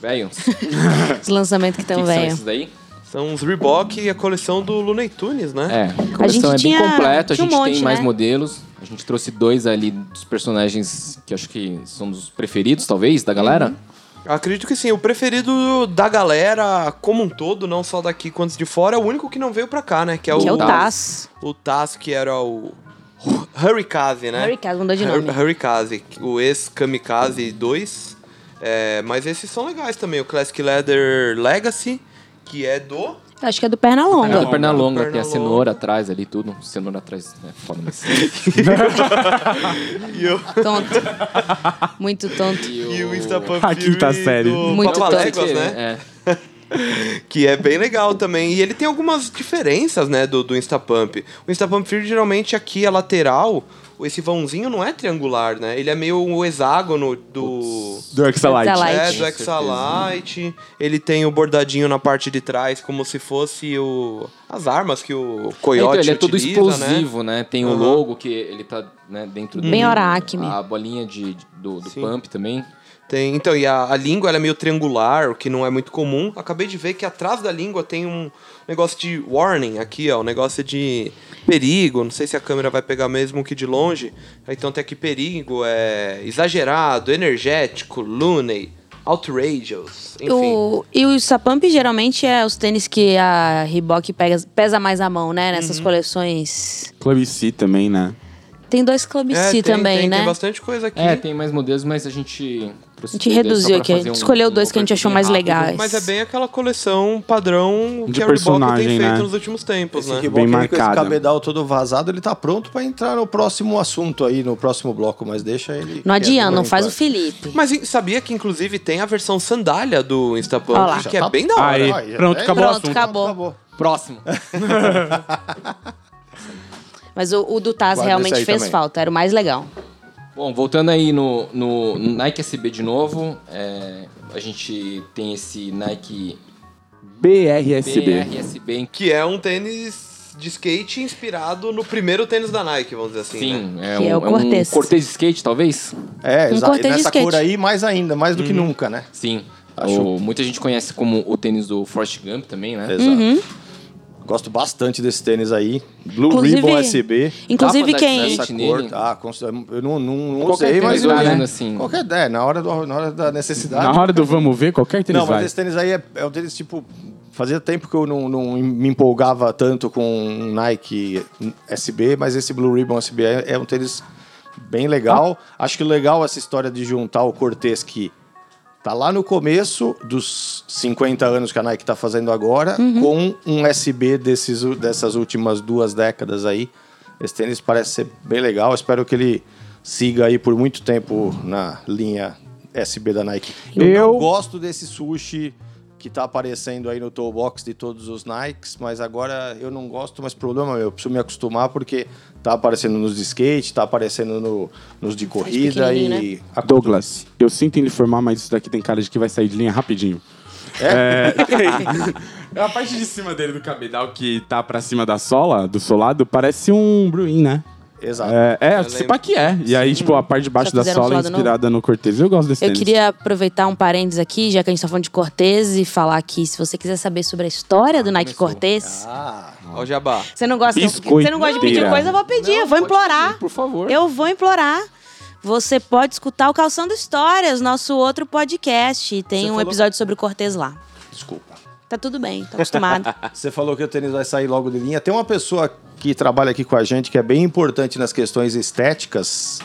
Velho, o que,
Os lançamentos que estão
que são
Então, velho.
esses daí?
São os Reebok e a coleção do Looney Tunes, né?
É, a coleção é
gente
bem
tinha-
completa, a
tinha um
gente tem
monte,
mais
né?
modelos. A gente trouxe dois ali dos personagens que acho que são os preferidos, talvez, da galera.
Uhum.
Acredito que sim, o preferido da galera como um todo, não só daqui quanto de fora, é o único que não veio pra cá, né? Que é
Que é
o,
o Taz.
o Taz, que era o Hurricane, né?
Hurricane, mudou de nome.
Hur- Hurricane, o ex-Kamikaze 2. É, mas esses são legais também, o Classic Leather Legacy, que é do...
Acho que é do Pernalonga.
Não, perna longa, tem a
Pernalonga.
cenoura atrás ali, tudo. Cenoura atrás, né? Foda, mas...
Tonto. Muito tonto.
E o Instapump
A quinta série.
Muito
Papa
tonto.
Léguas, né?
É.
Que é bem legal também. E ele tem algumas diferenças, né, do, do Instapump. O Instapump Fear, geralmente, aqui, a lateral, esse vãozinho não é triangular, né? Ele é meio um hexágono do...
Do Exalite.
Exalite.
É,
Light.
do Exalite. Ele tem o bordadinho na parte de trás, como se fosse o... As armas que o Coyote
Então, ele é todo
utiliza, né?
explosivo, né? Tem o
Aham.
logo que ele tá né, dentro
Bem
do-
hora Acme.
A bolinha de, de- do, do
Sim.
pump também.
Tem, então, e a, a língua ela é meio triangular, o que não é muito comum. Acabei de ver que atrás da língua tem um negócio de warning aqui, ó. Um negócio de perigo. Não sei se a câmera vai pegar mesmo que de longe. Então tem aqui perigo, é exagerado, energético, looney, outrageous, enfim.
O, e o Sapamp geralmente é os tênis que a Reebok pega- pesa mais a mão, né? Nessas
Uhum.
coleções.
Club C também, né?
Tem dois Club
É,
C
tem-
também,
tem-
né?
Tem bastante coisa aqui.
É, tem mais modelos, mas a gente...
A gente reduziu aqui, a gente
um
escolheu dois que a gente achou mais legais.
Mas é bem aquela coleção padrão
De
que a Reebok tem
personagem,
feito
né?
nos últimos tempos,
Esse
né?
Bem
Reebok aí com esse
marcado.
cabedal todo vazado, ele tá pronto pra entrar no próximo assunto aí, no próximo bloco, mas deixa ele.
Não adianta,
quieto,
não
né,
faz o
enquanto.
Felipe.
Mas e- sabia que, inclusive, tem a versão sandália do Instapump,
Olha lá.
que é
Tá-
bem da hora.
Aí.
Olha, já
Pronto,
tá-
acabou
o Pronto, assunto. acabou.
Próximo.
Mas o, o do Taz
Guarda
realmente
esse aí
fez
também.
falta, era o mais legal.
Bom, voltando aí no, no Nike SB de novo, é, a gente tem esse Nike
BRSB.
BRSB em
Que é um tênis de skate inspirado no primeiro tênis da Nike, vamos dizer assim. né?
Sim, é,
Que
um,
é o
um
Cortez.
Cortez de skate, talvez?
É,
Um
exato. E
cortejo de
Nessa
skate.
cor aí, mais ainda, mais do que
Uhum.
nunca, né?
Sim.
Acho-
O- muita gente conhece como o tênis do Forrest Gump também, né?
Exato. Gosto bastante desse tênis aí. Blue
Inclusive-
Ribbon SB.
Inclusive,
pra dar
quem.
destaque.
Essa
Nele.
cor, ah, cons- eu não, não, não
Qualquer
usei,
tênis
mas
vai
eu-
olhando assim.
Qualquer ideia, na hora, do, na hora da necessidade.
Na hora do vamos ver, qualquer tênis
Não, mas
vai.
esse tênis aí é, é um tênis tipo. Fazia tempo que eu não, não me empolgava tanto com um Nike SB, mas esse Blue Ribbon SB é, é um tênis bem legal. Acho que legal essa história de juntar o Cortez que tá lá no começo dos 50 anos que a Nike tá fazendo agora, com um SB desses, u- dessas últimas duas décadas aí. Esse tênis parece ser bem legal. Espero que ele siga aí por muito tempo na linha SB da Nike. Eu,
Eu-
não gosto desse sushi que tá aparecendo aí no toe box de todos os Nikes, mas agora eu não gosto, mas problema meu, eu preciso me acostumar porque tá aparecendo nos de skate, tá aparecendo no- nos de corrida e
pequenininho,
Douglas, eu sinto em lhe informar, mas isso daqui tem cara de que vai sair de linha rapidinho. É. tem. a parte de cima dele do cabedal que tá pra cima da sola, do solado, parece um bruin, né?
exato.
É, é
lembro.
se pá que é. E aí, tipo, a parte de baixo
Já
da
fizeram
sola é
solado novo?
inspirada no Cortez. Eu gosto desse
Eu
tênis.
queria aproveitar um parênteses aqui, já que a gente tá falando de Cortez, e falar que se você quiser saber sobre a história do Nike Cortez,
Ah,
Ó o jabá.
você não gosta, você não gosta de pedir
Biscoiteira.
coisa, eu vou pedir, eu vou
pode
implorar.
pedir, por favor.
Ah, Eu vou implorar. Você pode escutar o Calçando Histórias, nosso outro podcast. Tem um episódio sobre o Cortez lá.
desculpa.
Tá tudo bem, tá acostumado.
Você falou que o tênis vai sair logo de linha. Tem uma pessoa que trabalha aqui com a gente que é bem importante nas questões estéticas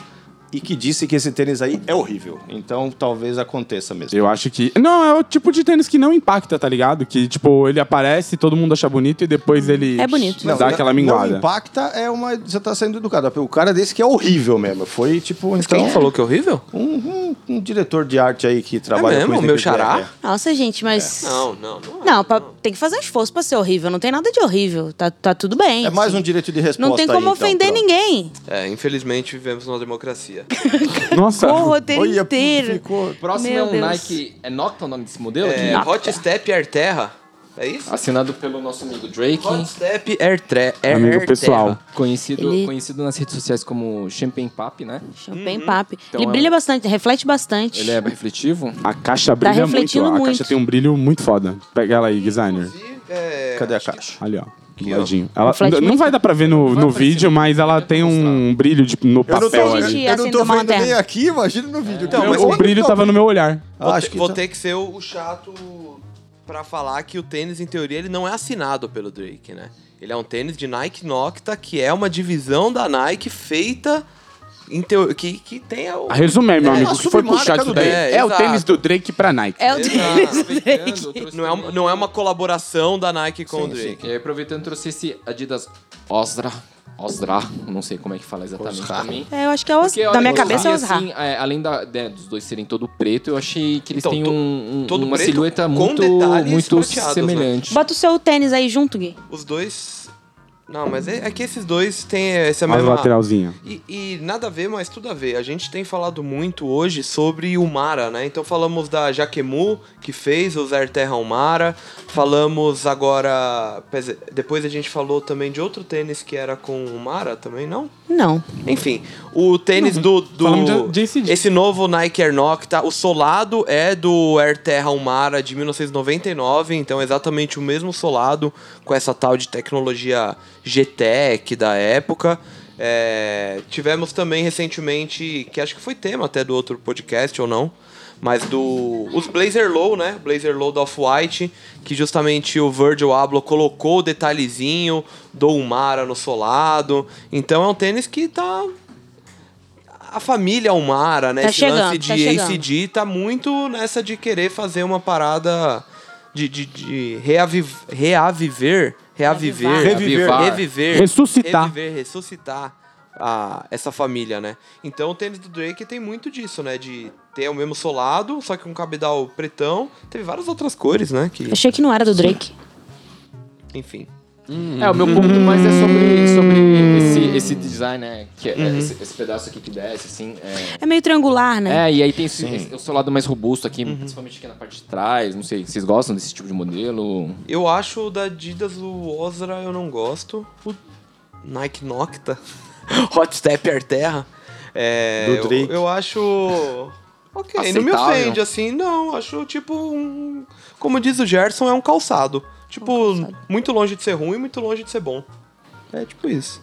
e que disse que esse tênis aí é horrível. Então talvez aconteça mesmo.
Eu acho que. Não, é o tipo de tênis que não impacta, tá ligado? Que, tipo, ele aparece, todo mundo acha bonito e depois ele.
É bonito.
Dá aquela
Não
minguada.
impacta é uma. Você tá sendo educado. O cara desse que é horrível mesmo. Foi tipo então
Quem falou que é horrível?
um, um- um diretor de arte aí que né? trabalha
mesmo?
com isso.
Meu xará?
Nossa, gente, mas.
É.
Não, não, não. é.
Não, pra- tem que fazer um esforço pra ser horrível. Não tem nada de horrível. Tá, tá tudo bem.
É mais
assim.
um direito de resposta.
Não tem como
aí, então,
ofender
pronto.
ninguém.
É, infelizmente vivemos numa democracia.
Nossa.
O roteiro
Olha,
inteiro.
ficou-
O próximo
Meu
é um
Deus.
Nike. É Nocta o nome desse modelo?
É,
aqui?
Hot Step Air Terra. É isso?
Assinado pelo nosso amigo Drake,
Hot Step Air Tra- Air-
Amigo
Air
pessoal.
Terra.
conhecido,
Ele-
conhecido nas redes sociais como Champagne Pap, né?
Champanhe papo.
Então
ele
é um-
brilha bastante, reflete bastante.
Ele é refletivo.
A caixa brilha muito.
Tá refletindo
A
muito.
caixa tem um brilho muito foda. Pega ela aí, designer.
Inclusive, é,
Cadê a caixa?
Ali, ó. Do
ó.
ladinho. Ela,
Reflete
n- não
muito.
vai dar pra ver no, no vídeo, mas ela tem um brilho de- no
não
papel
tô-
ali.
gente- assim, tomar uma terra.
aqui, imagina no vídeo.
Então,
Então,
mas-
Eu- o brilho tava no meu olhar.
Vou,
Acho
te-
que
vou
tá.
ter que ser o, o chato pra falar que o tênis, em teoria, ele não é assinado pelo Drake, né? Ele é um tênis de Nike Nocta, que é uma divisão da Nike feita em teo- que, que tem o...
Resumei, meu
É,
amigo,
a
o que foi
submarca
puxado
do
isso daí.
Drake.
É, o
Exato.
tênis do Drake pra Nike.
É o
Exato. Não é, uma,
uma,
não é uma colaboração da Nike com o
Sim,
Drake.
sim. E aí, aproveitando, trouxe esse Adidas Osra. Osra, não sei como é que fala exatamente
Osra.
pra mim.
É, eu acho que é os...
Porque,
da
olha,
minha
eu
cabeça é
vi,
os ra.
assim, é, além da- né, dos dois serem todo preto, eu achei que eles
Então,
têm
to-
um, um-
todo
uma
preto
silhueta
com
muito,
detalhes
muito
prateados, né?
semelhante.
Bota o seu tênis aí junto, Gui.
Os dois... Não, mas é, é que esses dois têm essa
Olha a
mesma...
lateralzinha.
E, e nada a ver, mas tudo a ver. A gente tem falado muito hoje sobre o Mara, né? Então falamos da Jaquemu, que fez o Zé Terra Mara. Falamos agora. quer dizer, Depois a gente falou também de outro tênis que era com o Mara também, não?
Não.
Enfim, o tênis do. do
Falamos de- de ACD.
esse novo Nike Air Nocta, o solado é do Air Terra Umara de 1999, então é exatamente o mesmo solado com essa tal de tecnologia GTEC da época. É, tivemos também recentemente, que acho que foi tema até do outro podcast ou não, mas do. Os Blazer Low, né? Blazer Low do Off-White, que justamente o Virgil Abloh colocou o detalhezinho do Umara no solado. Então é um tênis que tá. A família Umara, né?
Tá
Esse
chegando,
lance
tá
de
chegando.
ACD tá muito nessa de querer fazer uma parada de, de, de reaviv... reaviver. Reaviver.
Reviver.
Reviver.
Ressuscitar.
Reviver, ressuscitar a- essa família, né? Então o tênis do Drake tem muito disso, né? De ter o mesmo solado, só que com cabedal pretão. Teve várias outras cores, né? Que,
Achei que não era do Drake.
enfim.
É, o meu ponto mais é sobre, sobre esse, esse design, né? Que é-
Uhum.
esse, esse pedaço aqui que desce, assim. É,
É meio triangular, né?
É, e aí tem esse, esse- o seu lado mais robusto aqui,
Uhum.
principalmente aqui na parte de trás. Não sei, vocês gostam desse tipo de modelo?
Eu acho o da Adidas, o Ozra, eu não gosto. O Nike Nocta. Hot Step Air Terra. É,
Do
eu-
Drake.
Eu, acho. Ok, não me
Aceitável.
ofende assim, não. Acho tipo. um- como diz o Gerson, é um calçado. Tipo,
Um
muito longe de ser ruim, muito longe de ser bom. É tipo isso.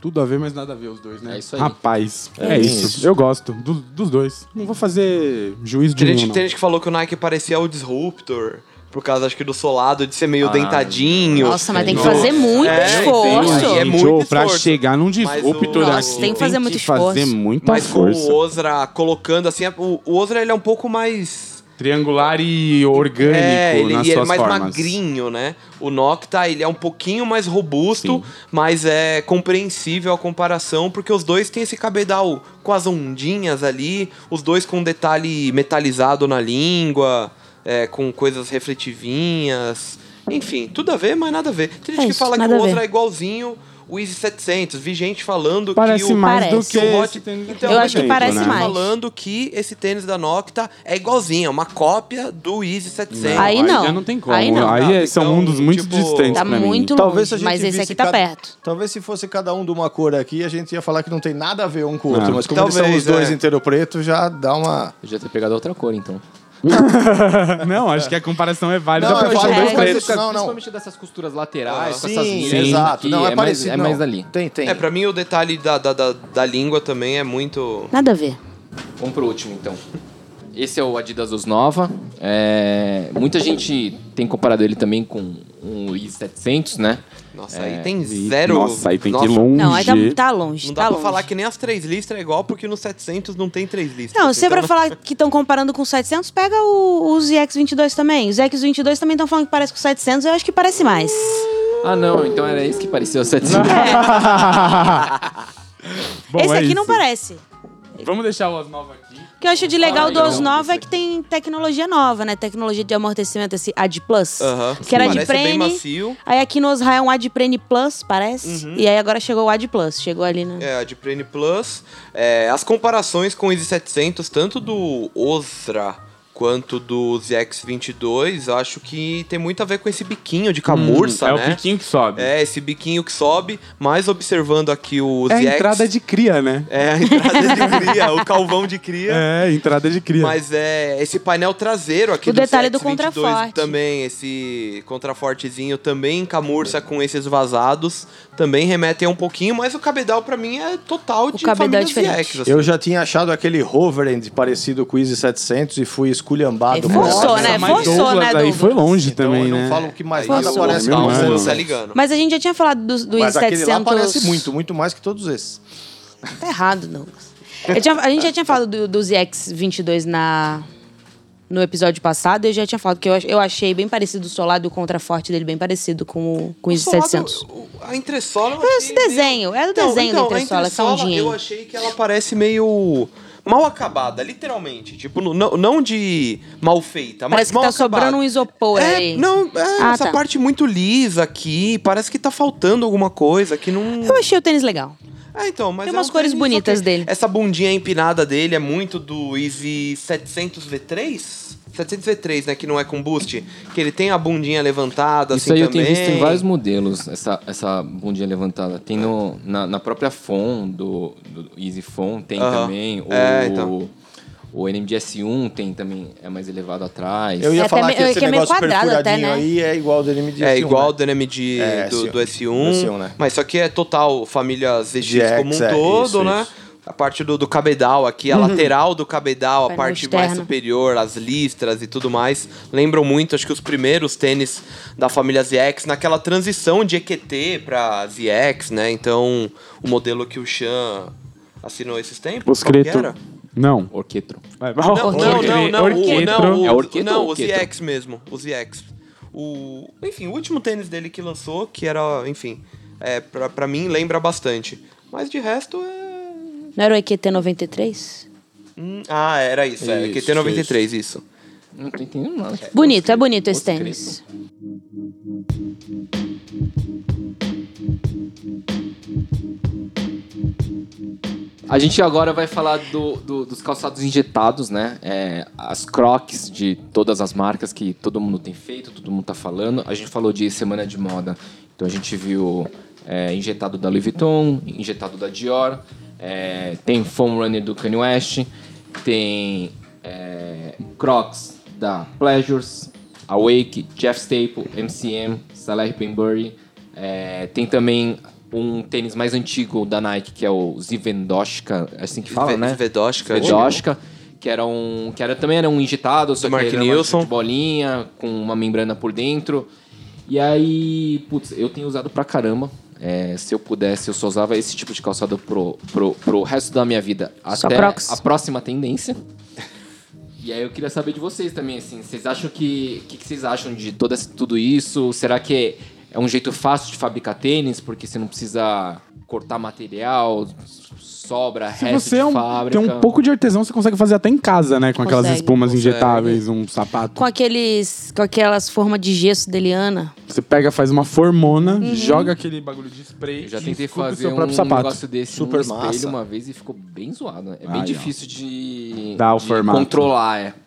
Tudo a ver, mas nada a ver os dois, né?
É isso aí.
Rapaz, é,
É
isso.
isso.
Eu gosto do- dos dois. Não vou fazer juízo de
Tem
nenhum,
gente,
não.
tem gente que falou que o Nike parecia o Disruptor, por causa, acho que, do solado, de ser meio dentadinho.
Nossa, mas tem que
Nossa.
fazer muito
É,
esforço.
tem,
Gente,
é muito
ô, pra
esforço.
chegar num disruptor
Nossa,
assim,
tem que fazer muito
fazer
esforço.
muita
Mas com
Então, força.
o Ozra colocando assim, o, o Ozra ele é um pouco mais.
Triangular e orgânico
é, ele,
nas
ele é
suas
mais
formas.
magrinho, né? O Nocta ele é um pouquinho mais robusto, mas é compreensível a comparação, porque os dois têm esse cabedal com as ondinhas ali, os dois com um detalhe metalizado na língua, é, com coisas refletivinhas. Enfim, tudo a ver, mas nada a ver. Tem gente
É
que
isso,
fala que
nada
o
a ver.
Ozra é igualzinho o Easy 700. Vi gente falando
Parece
que o
mais
Parece.
do que,
que o
esse
Hot...
tênis
Então,
Eu
mas
acho que
eu
parece
né?
tô
mais.
falando que esse tênis da Nocta é igualzinho, é uma cópia do Easy 700.
Aí não.
já não tem como.
Aí não.
Aí é-
Não,
são
então,
mundos muito
tipo,
distantes
Tá
pra mim.
muito
Talvez se a
longe,
gente
mas esse
visse
aqui tá
cada-
perto.
Talvez se fosse cada um de uma cor aqui, a gente ia falar que não tem nada a ver um com o
Não.
outro. Mas como eles são
Talvez,
os dois
é.
inteiro preto, já dá uma...
Eu já ter pegado outra cor, então.
Não, acho que a comparação é válida
Não,
pra
eu
porque são
falo
dois
que parece-
pretos.
não, não.
Principalmente dessas costuras laterais, com essas
Sim,
linhas
exato.
aqui,
não, é,
mais-
parecido.
é
não.
mais dali.
Tem, tem.
É, pra mim o detalhe da, da, da, da língua também é muito...
Nada a ver.
Vamos pro último, então. Esse é o Adidas Os Nova. É, muita gente tem comparado ele também com um i700, né?
Nossa, aí tem zero...
É, Nossa, aí tem que ir
Nossa,
longe.
Não, aí tá, tá longe.
Não
tá
dá pra
longe.
falar que nem as três listras é igual, porque no 700 não tem três listras.
Não, se é
Então,
pra falar que estão comparando com o 700, pega o, os ZX22 também. Os ZX22 também estão falando que parece com o 700, eu acho que parece mais.
Ah, não, então era esse que parecia o 700.
é Bom,
esse
é
aqui não
isso.
parece.
Vamos deixar o Osnova aqui.
O que eu acho de legal do
Ah,
Os
legal.
Nova é que tem tecnologia nova, né? Tecnologia de amortecimento, esse AD Plus.
Aham.
Que era de
Parece bem
Prene.
macio. Uhum.
Aí aqui no Osra é um AD Prene Plus, parece. E aí agora chegou o AD Plus. Chegou ali, né?
É, a de Prene Plus. É, as comparações com o Easy 700, tanto do Osra quanto dos X22, acho que tem muito a ver com esse biquinho de camurça,
É
né?
o piquinho que sobe.
É, esse biquinho que sobe, mas observando aqui o
É a
ZX.
entrada de cria, né?
É a entrada de cria, o calvão de cria.
É, entrada de cria.
Mas é esse painel traseiro aqui
O
do
detalhe do
CX-22
contraforte.
também, esse contrafortezinho também em camurça com esses vazados, também remetem um pouquinho, mas o cabedal pra mim é total de
cabedal
família
é diferente.
ZX, assim.
Eu já tinha achado aquele hoverend parecido com o Easy 700 e fui esculhambado.
É,
por
forçou,
essa.
né?
mas
Forçou,
Douglas
né,
Aí
Douglas?
foi longe
Então,
também,
eu não
né? é
falo que mais
Aí
nada
isso,
parece
meu
com o
irmão.
Você
Easy
tá
700.
ligando.
Mas a gente já tinha falado do, do
Mas aquele
700.
lá parece muito, muito mais que todos esses.
Tá errado, Douglas. Eu tinha- a gente já tinha falado do, do ZX22 na, no episódio passado. Eu já tinha falado que eu, ach- eu achei bem parecido o solado e o contraforte dele, bem parecido com o, com o
O solado,
700.
o- A entressola. eu
Esse
achei
desenho, é do
Então,
desenho
então,
da
a
entressola, que são
entressola, Eu
dinheiro.
achei que ela parece meio mal acabada, literalmente. Tipo, no- não, não de mal feita,
Parece
mas
que
mal
tá
acabada.
sobrando um isopor
é,
aí.
Não, é,
Ah,
essa
tá.
parte muito lisa aqui, parece que tá faltando alguma coisa que não.
Eu achei o tênis legal.
Ah, então, mas
Tem
é
umas
um
cores
tênis,
bonitas
ok.
dele.
Essa bundinha empinada dele é muito do Easy 700 V3? 700 V3, né? Que não é com boost. Que ele tem a bundinha levantada
Isso
assim
aí eu
também.
tenho visto em vários modelos, essa, essa bundinha levantada. Tem no, na, na própria FON, do, do Easy FON, tem
Aham.
também. O,
É, então.
o NMDS1 tem também, é mais elevado atrás.
Eu
É
ia
até
falar
me-
que
é
esse
que é meio
negócio
quadrado até,
perfuradinho
né?
aí é igual ao do NMD.
É igual o do NMD
É,
do,
S1.
do S1.
Do S1, né?
Mas só que é total família ZX
GX,
como um
é,
todo,
isso,
né?
isso. Uhum.
A parte do, do cabedal aqui, a lateral do cabedal, a
Painel
parte mais
externo.
superior, as listras e tudo mais. Lembram muito, acho que os primeiros tênis da família ZX, naquela transição de EQT pra ZX, né? Então, o modelo que o Chan assinou esses tempos.
Os
qual que
Creto.
era?
Não.
Orquetro.
Não, não, não, não, o, não, o,
É orquetra
não,
ou
o
orquetra?
ZX mesmo, o ZX. O, enfim, o último tênis dele que lançou, que era, enfim, é, pra, pra mim lembra bastante. Mas de resto é...
Não era o EQT93?
Hum, ah, era isso, é,
Isso,
QT93, isso.
Não tô entendendo nada.
Bonito, é bonito esse
Outro
tênis.
A gente agora vai falar do- do- dos calçados injetados, né? É, as crocs de todas as marcas que todo mundo tem feito, todo mundo tá falando. A gente falou de semana de moda. Então a gente viu é, injetado da Louis Vuitton, injetado da Dior, é, tem foam runner do Kanye West, tem é, crocs da Pleasures, Awake, Jeff Staple, MCM, Salah Benbury, é, tem também um tênis mais antigo da Nike, que é o Zivendoshka, é assim que fala,
Zve-
né?
Zvedoshka.
Zvedoshka, que era um. que era, também era um injetado, só que
Do Mark
ele era uma
Nilsson.
de bolinha, com uma membrana por dentro. E aí, putz, eu tenho usado pra caramba. É, se eu pudesse, eu só usava esse tipo de calçado pro, pro, pro resto da minha vida.
Só
Até
Crocs.
a próxima tendência. E aí eu queria saber de vocês também, assim, vocês acham que. O que, que vocês acham de toda, essa- tudo isso? Será que é, um jeito fácil de fabricar tênis, porque você não precisa cortar material, sobra,
Se
resto
você
de
é um-
fábrica?
tem um pouco de artesão, você consegue fazer até em casa, né? Com aquelas
Consegue.
espumas injetáveis, um sapato.
Com aqueles. Com aquelas formas de gesso deliana.
Você pega, faz uma formona,
Uhum.
joga aquele bagulho de spray.
Eu já
e
tentei
esculpe o
fazer
seu
um
próprio sapato.
negócio desse
Super
no espelho
massa.
uma vez e ficou bem zoado. né? É bem
Aí, ó.
difícil de,
Dá o
de
formato.
controlar. É.
tipo,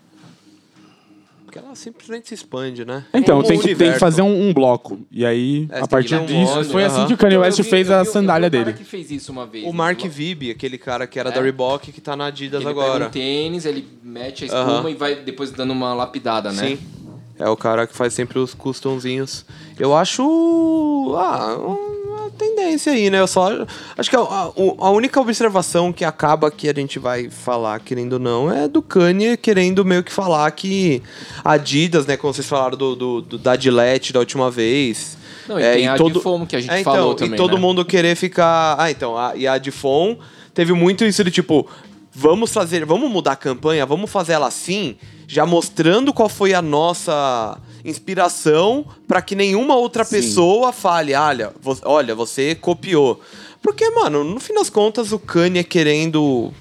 Porque ela simplesmente se expande, né?
Então,
Como
tem
o
que, tem que
universo.
fazer um, um bloco. E aí,
É,
a
tem
partir
que dar um
disso,
molho,
foi assim
aham.
que o Kanye
Eu
West
vi-
fez
eu
a
vi- eu vi um
sandália
cara
dele.
que fez isso uma vez.
O Mark
Ele
Vibe, aquele cara que era
É.
da Reebok, que tá na Adidas
pega
agora.
um tênis, ele mete a espuma
Aham.
e vai depois dando uma lapidada, né?
Sim. É o cara que faz sempre os customzinhos. Eu acho. Ah, uma tendência aí, né? Eu só. Acho que a, a- o- a única observação que acaba que a gente vai falar, querendo ou não, é do Kanye querendo meio que falar que a Adidas, né? Como vocês falaram do, do- do- da Gillette da última vez. É,
Não, e tem a Adifom que a gente
então,
falou
e
também,
todo
né?
mundo querer ficar. Ah, então, a, e a Adifon teve muito isso de tipo, vamos fazer, vamos mudar a campanha, vamos fazer ela assim, já mostrando qual foi a nossa inspiração pra que nenhuma outra pessoa fale, olha, vo- olha, você copiou. Porque, mano, no fim das contas, o Kanye querendo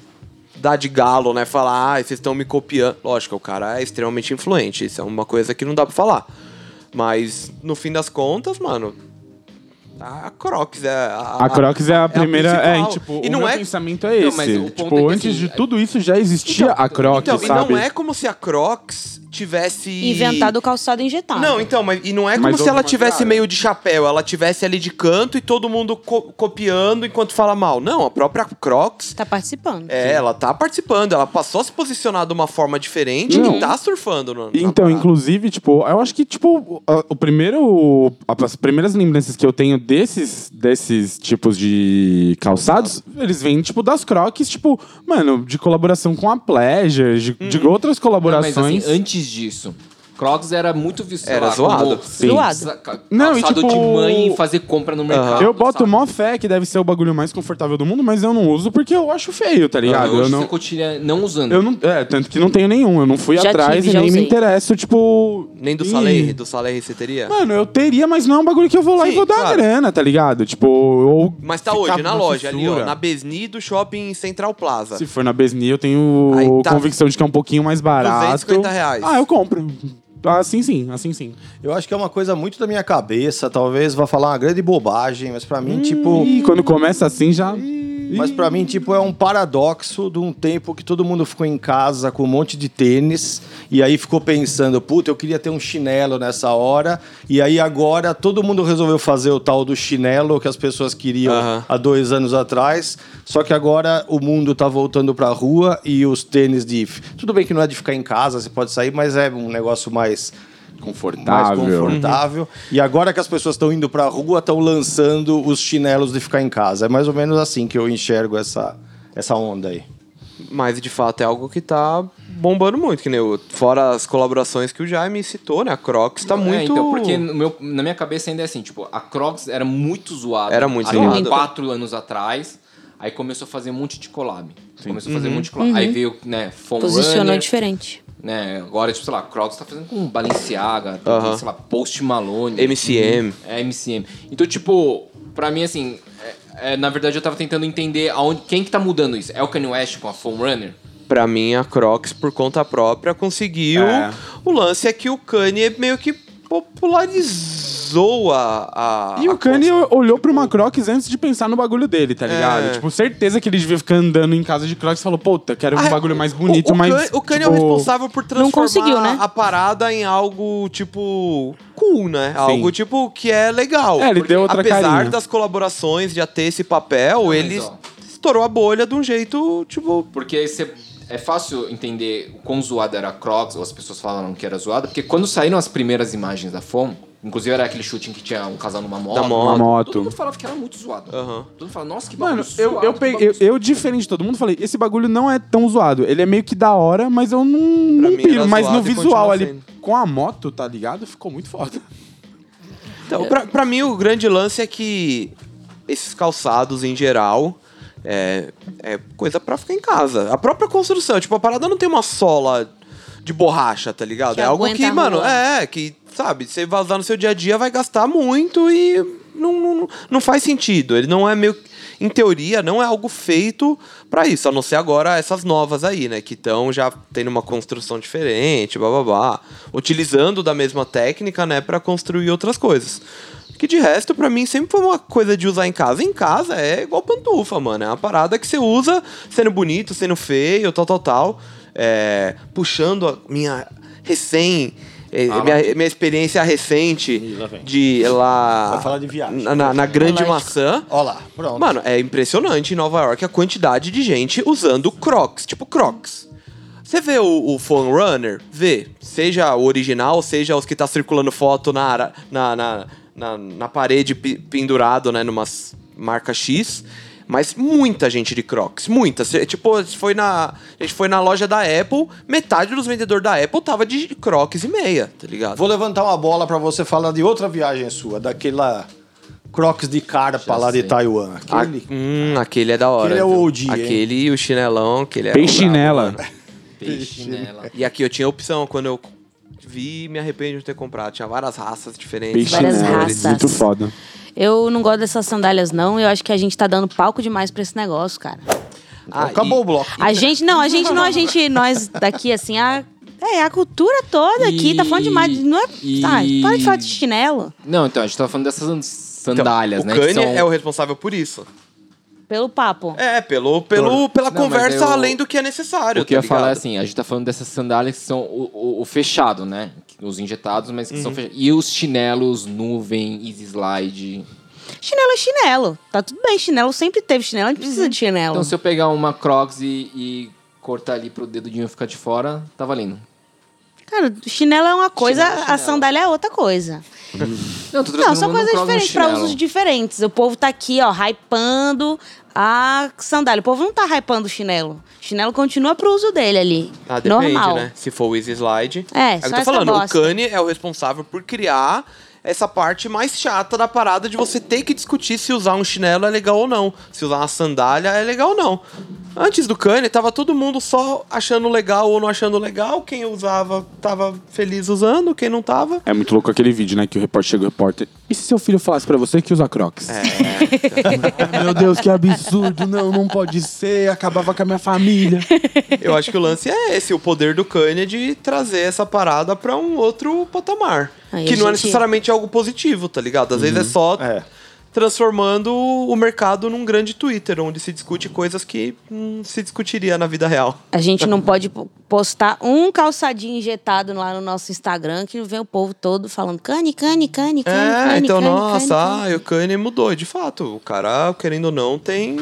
dar de galo, né? Falar, ah, vocês estão me copiando. Lógico, o cara é extremamente influente, isso é uma coisa que não dá pra falar. Mas, no fim das contas, mano, A Crocs é a,
A Crocs é a primeira. É,
principal.
tipo,
e
o
não
meu
é
pensamento é esse.
mas o ponto
tipo,
é que,
antes
assim,
de tudo isso já existia
Então,
a Crocs,
Então, e
sabe?
não é como se a Crocs tivesse
Inventado o calçado injetado.
Não, então, mas e não é como
Mas
se ela
houve uma
tivesse
piada.
meio de chapéu, ela tivesse ali de canto e todo mundo co- copiando enquanto fala mal. Não, a própria Crocs
Tá participando.
É, ela tá participando, ela passou a se posicionar de uma forma diferente
Não.
e tá surfando. No, na
Então,
parada.
inclusive, tipo, eu acho que, tipo, a- o primeiro. As primeiras lembranças que eu tenho desses, desses tipos de calçados, eles vêm, tipo, das crocs, tipo, mano, de colaboração com a Pleasure, de, de outras
Não, mas assim,
colaborações.
antes disso, Crocs era muito visto. sei
Era
lá,
zoado.
como
Sim. Zoado.
ca-
Não, e
calçado
tipo-
de mãe e fazer compra no mercado.
eu boto
sabe?
mó fé que deve ser o bagulho mais confortável do mundo, mas eu não uso porque eu acho feio, tá ligado?
Hoje
eu não.
você continua não usando.
Eu não, é, tanto que não tenho nenhum. Eu não fui
Já
atrás
tive,
e
já
nem
usei.
me interesso, tipo.
Nem do
em-
Saler, do Saler você teria?
Mano, eu teria, mas não é um bagulho que eu vou lá
Sim,
e vou dar
claro.
grana, tá ligado? Tipo, ou.
Mas tá
ficar
hoje, na
com
loja, ali, ó,
fissura.
na Besni do shopping Central Plaza.
Se for na Besni, eu tenho
Aí tá.
convicção de que é um pouquinho mais barato.
250 reais.
Ah, eu compro. Assim sim, assim sim.
Eu acho que é uma coisa muito da minha cabeça, talvez vá falar uma grande bobagem, mas pra mim, tipo.
Hum,
E quando começa assim já.
Mas pra mim, tipo, é um paradoxo de um tempo que todo mundo ficou em casa com um monte de tênis e aí ficou pensando, puta, eu queria ter um chinelo nessa hora. E aí agora todo mundo resolveu fazer o tal do chinelo que as pessoas queriam
Aham.
há dois anos atrás. Só que agora o mundo tá voltando pra rua e os tênis de... Tudo bem que não é de ficar em casa, você pode sair, mas é um negócio mais mais
Confortável.
confortável. Uhum. E agora que as pessoas estão indo pra rua, estão lançando os chinelos de ficar em casa. É mais ou menos assim que eu enxergo essa, essa onda aí.
Mas de fato é algo que tá bombando muito, que nem o, fora as colaborações que o Jaime citou, né? A Crocs tá
É,
muito.
então, porque no meu- na minha cabeça ainda é assim, tipo, a Crocs era muito zoada.
Era muito
até
zoada.
quatro anos atrás. Aí começou a fazer um monte de collab. Começou a
Uhum.
fazer um monte de collab. Aí veio, né, Foam
Posicionou
Runner,
diferente.
né? Agora, tipo, sei lá, Crocs tá fazendo com Balenciaga, tá
Aham.
fazendo, sei lá, Post Malone.
MCM.
É, MCM. Então, tipo, pra mim, assim, é- é, na verdade eu tava tentando entender aonde, quem que tá mudando isso. É o Kanye West com a Foam Runner?
Pra mim, a Crocs, por conta própria, conseguiu.
É.
O lance é que o Kanye meio que popularizou a. a
E
a
o Kanye olhou pra uma Crocs antes de pensar no bagulho dele, tá ligado?
É.
Tipo, certeza que ele devia ficar andando em casa de Crocs e falou, puta, quero um
Ah,
bagulho mais
o-
bonito,
o,
mas.
Kanye- O Kanye
tipo,
é o responsável por transformar
conseguiu, né?
a parada em algo, tipo, cool, né? Algo, tipo, que é legal.
É, ele deu outra
apesar
carinha.
das colaborações já ter esse papel, ele
ó.
estourou a bolha de um jeito, tipo...
Porque você- é fácil entender o quão zoada era a Crocs, ou as pessoas falaram que era zoada, porque quando saíram as primeiras imagens da FOM, inclusive era aquele chute em que tinha um casal numa moto,
Da
Uma
moto.
moto.
todo mundo falava que era muito zoado.
Aham.
Todo mundo falava, nossa, que bagulho
Mano, eu,
zoado,
eu,
que
peguei- eu,
bagulho
eu, diferente de todo mundo, falei, esse bagulho não é tão zoado. Ele é meio que da hora, mas eu não, não
mim era
piro. Mas no
zoado e
visual
continua
ali,
sendo.
com a moto, tá ligado? Ficou muito foda.
Então, pra, pra mim, o grande lance é que esses calçados, em geral, é, é coisa pra ficar em casa. A própria construção, tipo, a parada não tem uma sola de borracha, tá ligado?
Que
é algo
aguenta
que,
a
mano,
rua.
é, que, sabe, você vazar no seu dia a dia vai gastar muito e não, não, não faz sentido. Ele não é meio... Em teoria, não é algo feito pra isso, a não ser agora essas novas aí, né? Que estão já tendo uma construção diferente, blá blá blá. Utilizando da mesma técnica, né, Pra construir outras coisas. Que de resto, pra mim, sempre foi uma coisa de usar em casa. Em casa é igual pantufa, mano. É uma parada que você usa sendo bonito, sendo feio, tal, tal, tal. É, puxando a minha recém. é,
Ah,
minha, minha experiência recente de
Vai
lá
falar de viagem.
na, na- na grande
Lógico.
maçã.
Olha lá, pronto.
Mano, é impressionante em Nova York a quantidade de gente usando Crocs, tipo Crocs. Você vê o, o Fun Runner? Vê. Seja o original, seja os que tá circulando foto na, ara- na, na, na, na parede pe- pendurado, né? Numa marca X. Mas muita gente de Crocs, muita. Cê- Tipo, a gente foi na, a gente foi na loja da Apple, metade dos vendedores da Apple tava de Crocs e meia, tá ligado?
Vou levantar uma bola pra você falar de outra viagem sua, daquela Crocs de carpa lá de Taiwan. Aquele...
Hum, aquele é da hora.
Aquele é o
viu?
OG, hein?
Aquele e o chinelão, aquele é.
Peixinela.
peixe
né,
nela.
E aqui eu tinha opção quando eu vi me arrependo de não ter comprado. Tinha várias raças diferentes.
Várias
Peixinela.
raças.
Muito foda.
Eu não gosto dessas sandálias, não. Eu acho que a gente tá dando palco demais pra esse negócio, cara.
Então
Ah,
Acabou o bloco.
A gente, não, a gente não, a gente, nós daqui, assim, a. É, a cultura toda aqui tá falando demais. Não é.
E-
Ah, para de falar de chinelo.
Não, então, a gente tava falando dessas
Então,
sandálias,
o
né?
Kanye
que são-
é o responsável por isso.
Pelo papo.
É, pelo, pelo, pela
Não, mas
conversa
eu-
além do que é necessário.
O que eu
tá
ia falar é
ligado?
assim, a gente tá falando dessas sandálias que são o, o- o fechado, né? Os injetados, mas que
Uhum.
são fechados. E os chinelos, nuvem, easy slide.
Chinelo é chinelo. Tá tudo bem, chinelo sempre teve chinelo, a gente precisa de chinelo.
Então se eu pegar uma Crocs e, e cortar ali pro dedinho ficar de fora, tá valendo.
Cara, chinelo é uma coisa,
Chinelo é
a
chinelo.
sandália é outra coisa.
Uhum.
Não, tô
Não,
trazendo
são
um
coisas
Crocs e um
diferentes, pra
chinelo.
usos diferentes. O povo tá aqui, ó, hypando a sandália. O povo não tá hypando o chinelo. O chinelo continua pro uso dele ali.
Ah, depende,
normal.
né? Se for o Easy Slide.
É,
o que
só
eu tô
essa
falando,
bosta.
o Kanye é o responsável por criar essa parte mais chata da parada de você ter que discutir se usar um chinelo é legal ou não, se usar uma sandália é legal ou não. Antes do Kanye, tava todo mundo só achando legal ou não achando legal, quem usava tava feliz usando, quem não tava...
É muito louco aquele vídeo, né? Que o repórter chega o repórter. E se seu filho falasse pra você que usa crocs? Ai, Meu Deus, que absurdo. Não, não pode ser. Acabava com a minha família.
Eu acho que o lance é esse, o poder do Kanye de trazer essa parada pra um outro patamar.
Aí
que
a
não é
gente-
necessariamente algo positivo, tá ligado? Às vezes é só
É.
transformando o mercado num grande Twitter, onde se discute coisas que hum, se discutiria na vida real.
A gente não pode po- postar um calçadinho injetado lá no nosso Instagram que vem o povo todo falando cane, cane, cane, cane,
é,
cane,
então,
cane,
nossa,
cane, cane."
ah, o Kanye mudou. De fato, o cara, querendo ou não, tem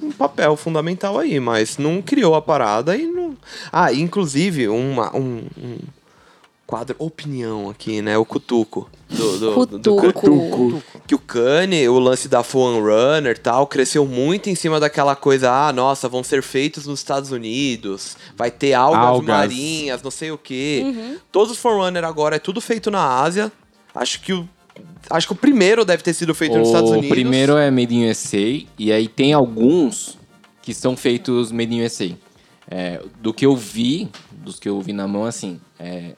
um papel fundamental aí, mas não criou a parada e não. Ah, e inclusive, uma, um, um quadro opinião aqui, né? O cutuco. Do, do, do- do Kanye.
Cutuco.
que o Kanye, o lance da Fuan Runner e tal, cresceu muito em cima daquela coisa, ah, nossa, vão ser feitos nos Estados Unidos, vai ter algas,
Algas.
marinhas, não sei o quê.
Uhum.
Todos os Forerunner agora é tudo feito na Ásia. Acho que o acho que o primeiro deve ter sido feito nos Estados Unidos.
O primeiro é Made in USA, e aí tem alguns que são feitos Made in USA. É, do que eu vi, dos que eu vi na mão, assim, é,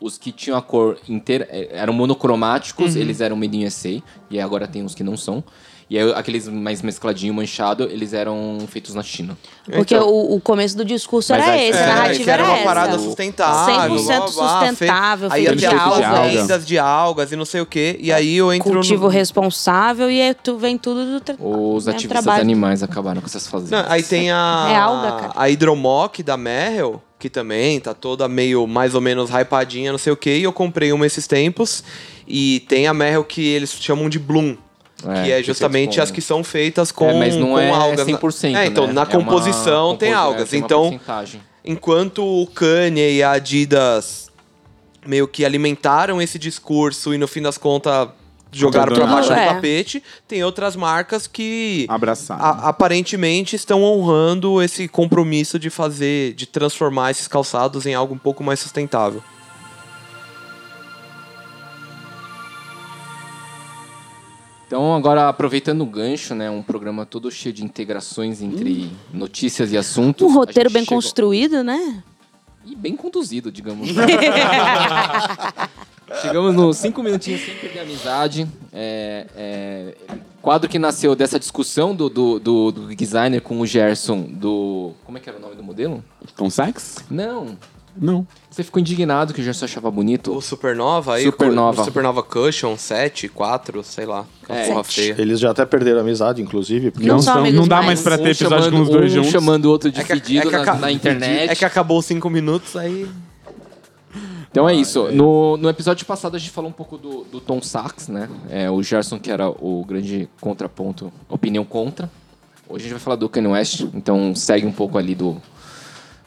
os que tinham a cor inteira, é, eram
Uhum.
monocromáticos, eles eram Made in USA, e agora tem uns que não são. E aí, aqueles mais mescladinho, manchado, eles eram feitos na China.
Porque
Então.
o, o começo do discurso
Mas
era
aí-
esse,
É,
a
que
narrativa
era
era,
uma
essa.
parada sustentável.
100%
blá, blá, blá,
sustentável,
fe- Aí ia
feito de é
ter algas,
alga.
vendas de algas e não sei o quê. E aí eu entro
Cultivo
no...
responsável e aí tu vem tudo do
Um
tra...
Os
Ah,
né,
ativistas animais acabaram com essas fazendas.
é um Não, aí tem a.
É alga, cara.
A Hidromoc da Merrell, que também tá toda meio mais ou menos hypadinha, não sei o quê. E eu comprei uma esses tempos. E tem a Merrell que eles chamam de Bloom.
É,
que
que
é
fez
justamente
com-
as que são feitas com,
é, mas não
com
é
algas.
100%.
é, então,
né?
na
É uma
composição tem
compos- é,
algas.
tem uma
então,
porcentagem.
enquanto o Kanye e a Adidas meio que alimentaram esse discurso e no fim das contas jogaram pra baixo
Abandonaram.
do
É.
tapete, tem outras marcas
Ah,
que
Abraçado.
a- aparentemente estão honrando esse compromisso de fazer, de transformar esses calçados em algo um pouco mais sustentável.
Então, agora aproveitando o gancho, né, um programa todo cheio de integrações entre notícias e assuntos.
Um
a
roteiro
gente
bem
chegou-
construído, né?
E bem conduzido, digamos. Chegamos nos cinco minutinhos sem perder a amizade. É, é, quadro que nasceu dessa discussão do, do, do- do designer com o Gerson do... Como é que era o nome do modelo?
Com sex?
Não.
Não.
Você ficou indignado que o Gerson achava bonito.
O Supernova aí,
Supernova.
o Supernova Cushion 7, 4, sei lá, aquela
É.
porra
Sete.
feia.
Eles já até perderam a amizade, inclusive, porque
Não
Não,
são
são,
amigos
não dá
mais.
mais pra ter episódio
chamando,
com os dois
um
juntos.
chamando o outro de
É que- é
fedido
que
na-
aca-
na, internet.
É que acabou os 5 minutos aí.
Então é
Ah,
isso. No, no episódio passado a gente falou um pouco do, do Tom Sachs, né? É, o Gerson, que era o grande contraponto, opinião contra. Hoje a gente vai falar do Kanye West, então segue um pouco ali do.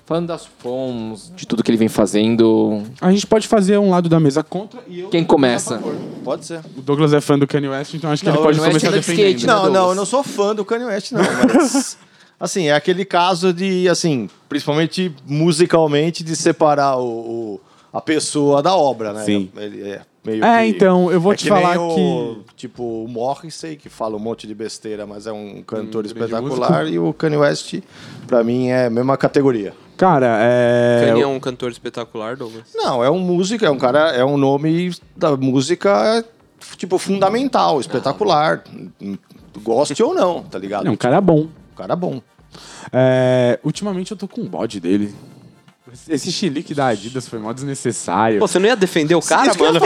Falando das fomos, de tudo que ele vem fazendo.
A gente pode fazer um lado da mesa contra e eu.
Quem começa?
pode ser.
O Douglas é fã do Kanye West, então acho que
Não,
ele pode
Kanye West
começar
anda de
defendendo.
skate, né?
Não,
Douglas?
não, eu não sou fã do Kanye West, não. Mas, assim, é aquele caso de, assim, principalmente musicalmente, de separar o, o- a pessoa da obra, né?
Sim.
Ele é meio
É,
que-
então, eu vou te
nem
falar
o, Tipo, o Morrissey, que fala um monte de besteira, mas é
Hum,
um cantor
grande
espetacular. E o Kanye West, pra mim, é a mesma categoria.
Cara, é.
Kanye é um cantor espetacular, Douglas.
Não, é um músico, é um cara, é um nome da música, tipo, fundamental, espetacular. Goste ou não, tá ligado?
É um cara bom.
Um cara bom.
É, ultimamente eu tô com um bode dele. Esse chilique da Adidas foi mó desnecessário.
Pô, você não ia defender o cara, mano?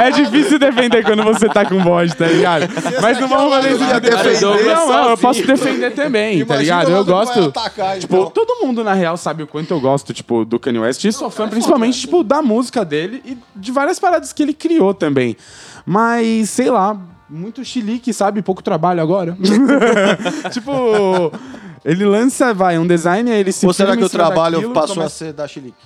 É difícil defender quando você tá com bode, tá ligado? Mas não vamos fazer isso
ia
de defender.
defender
Não, não, é, eu
sozinho.
posso defender também, tá
Imagina
ligado? Eu
quando vai
gosto.
tá
atacar,
Tipo,
então.
todo mundo, na real, sabe o quanto eu gosto, tipo, do Kanye West. E sou fã, principalmente, tipo, da música dele e de várias paradas que ele criou também. Mas, sei lá, muito chilique, sabe? Pouco trabalho agora. tipo. Ele lança, vai, um design, aí ele se
Ou será
firma
que
em
o
cima
trabalho
daquilo, é
passou
começa-
a ser da Chilique?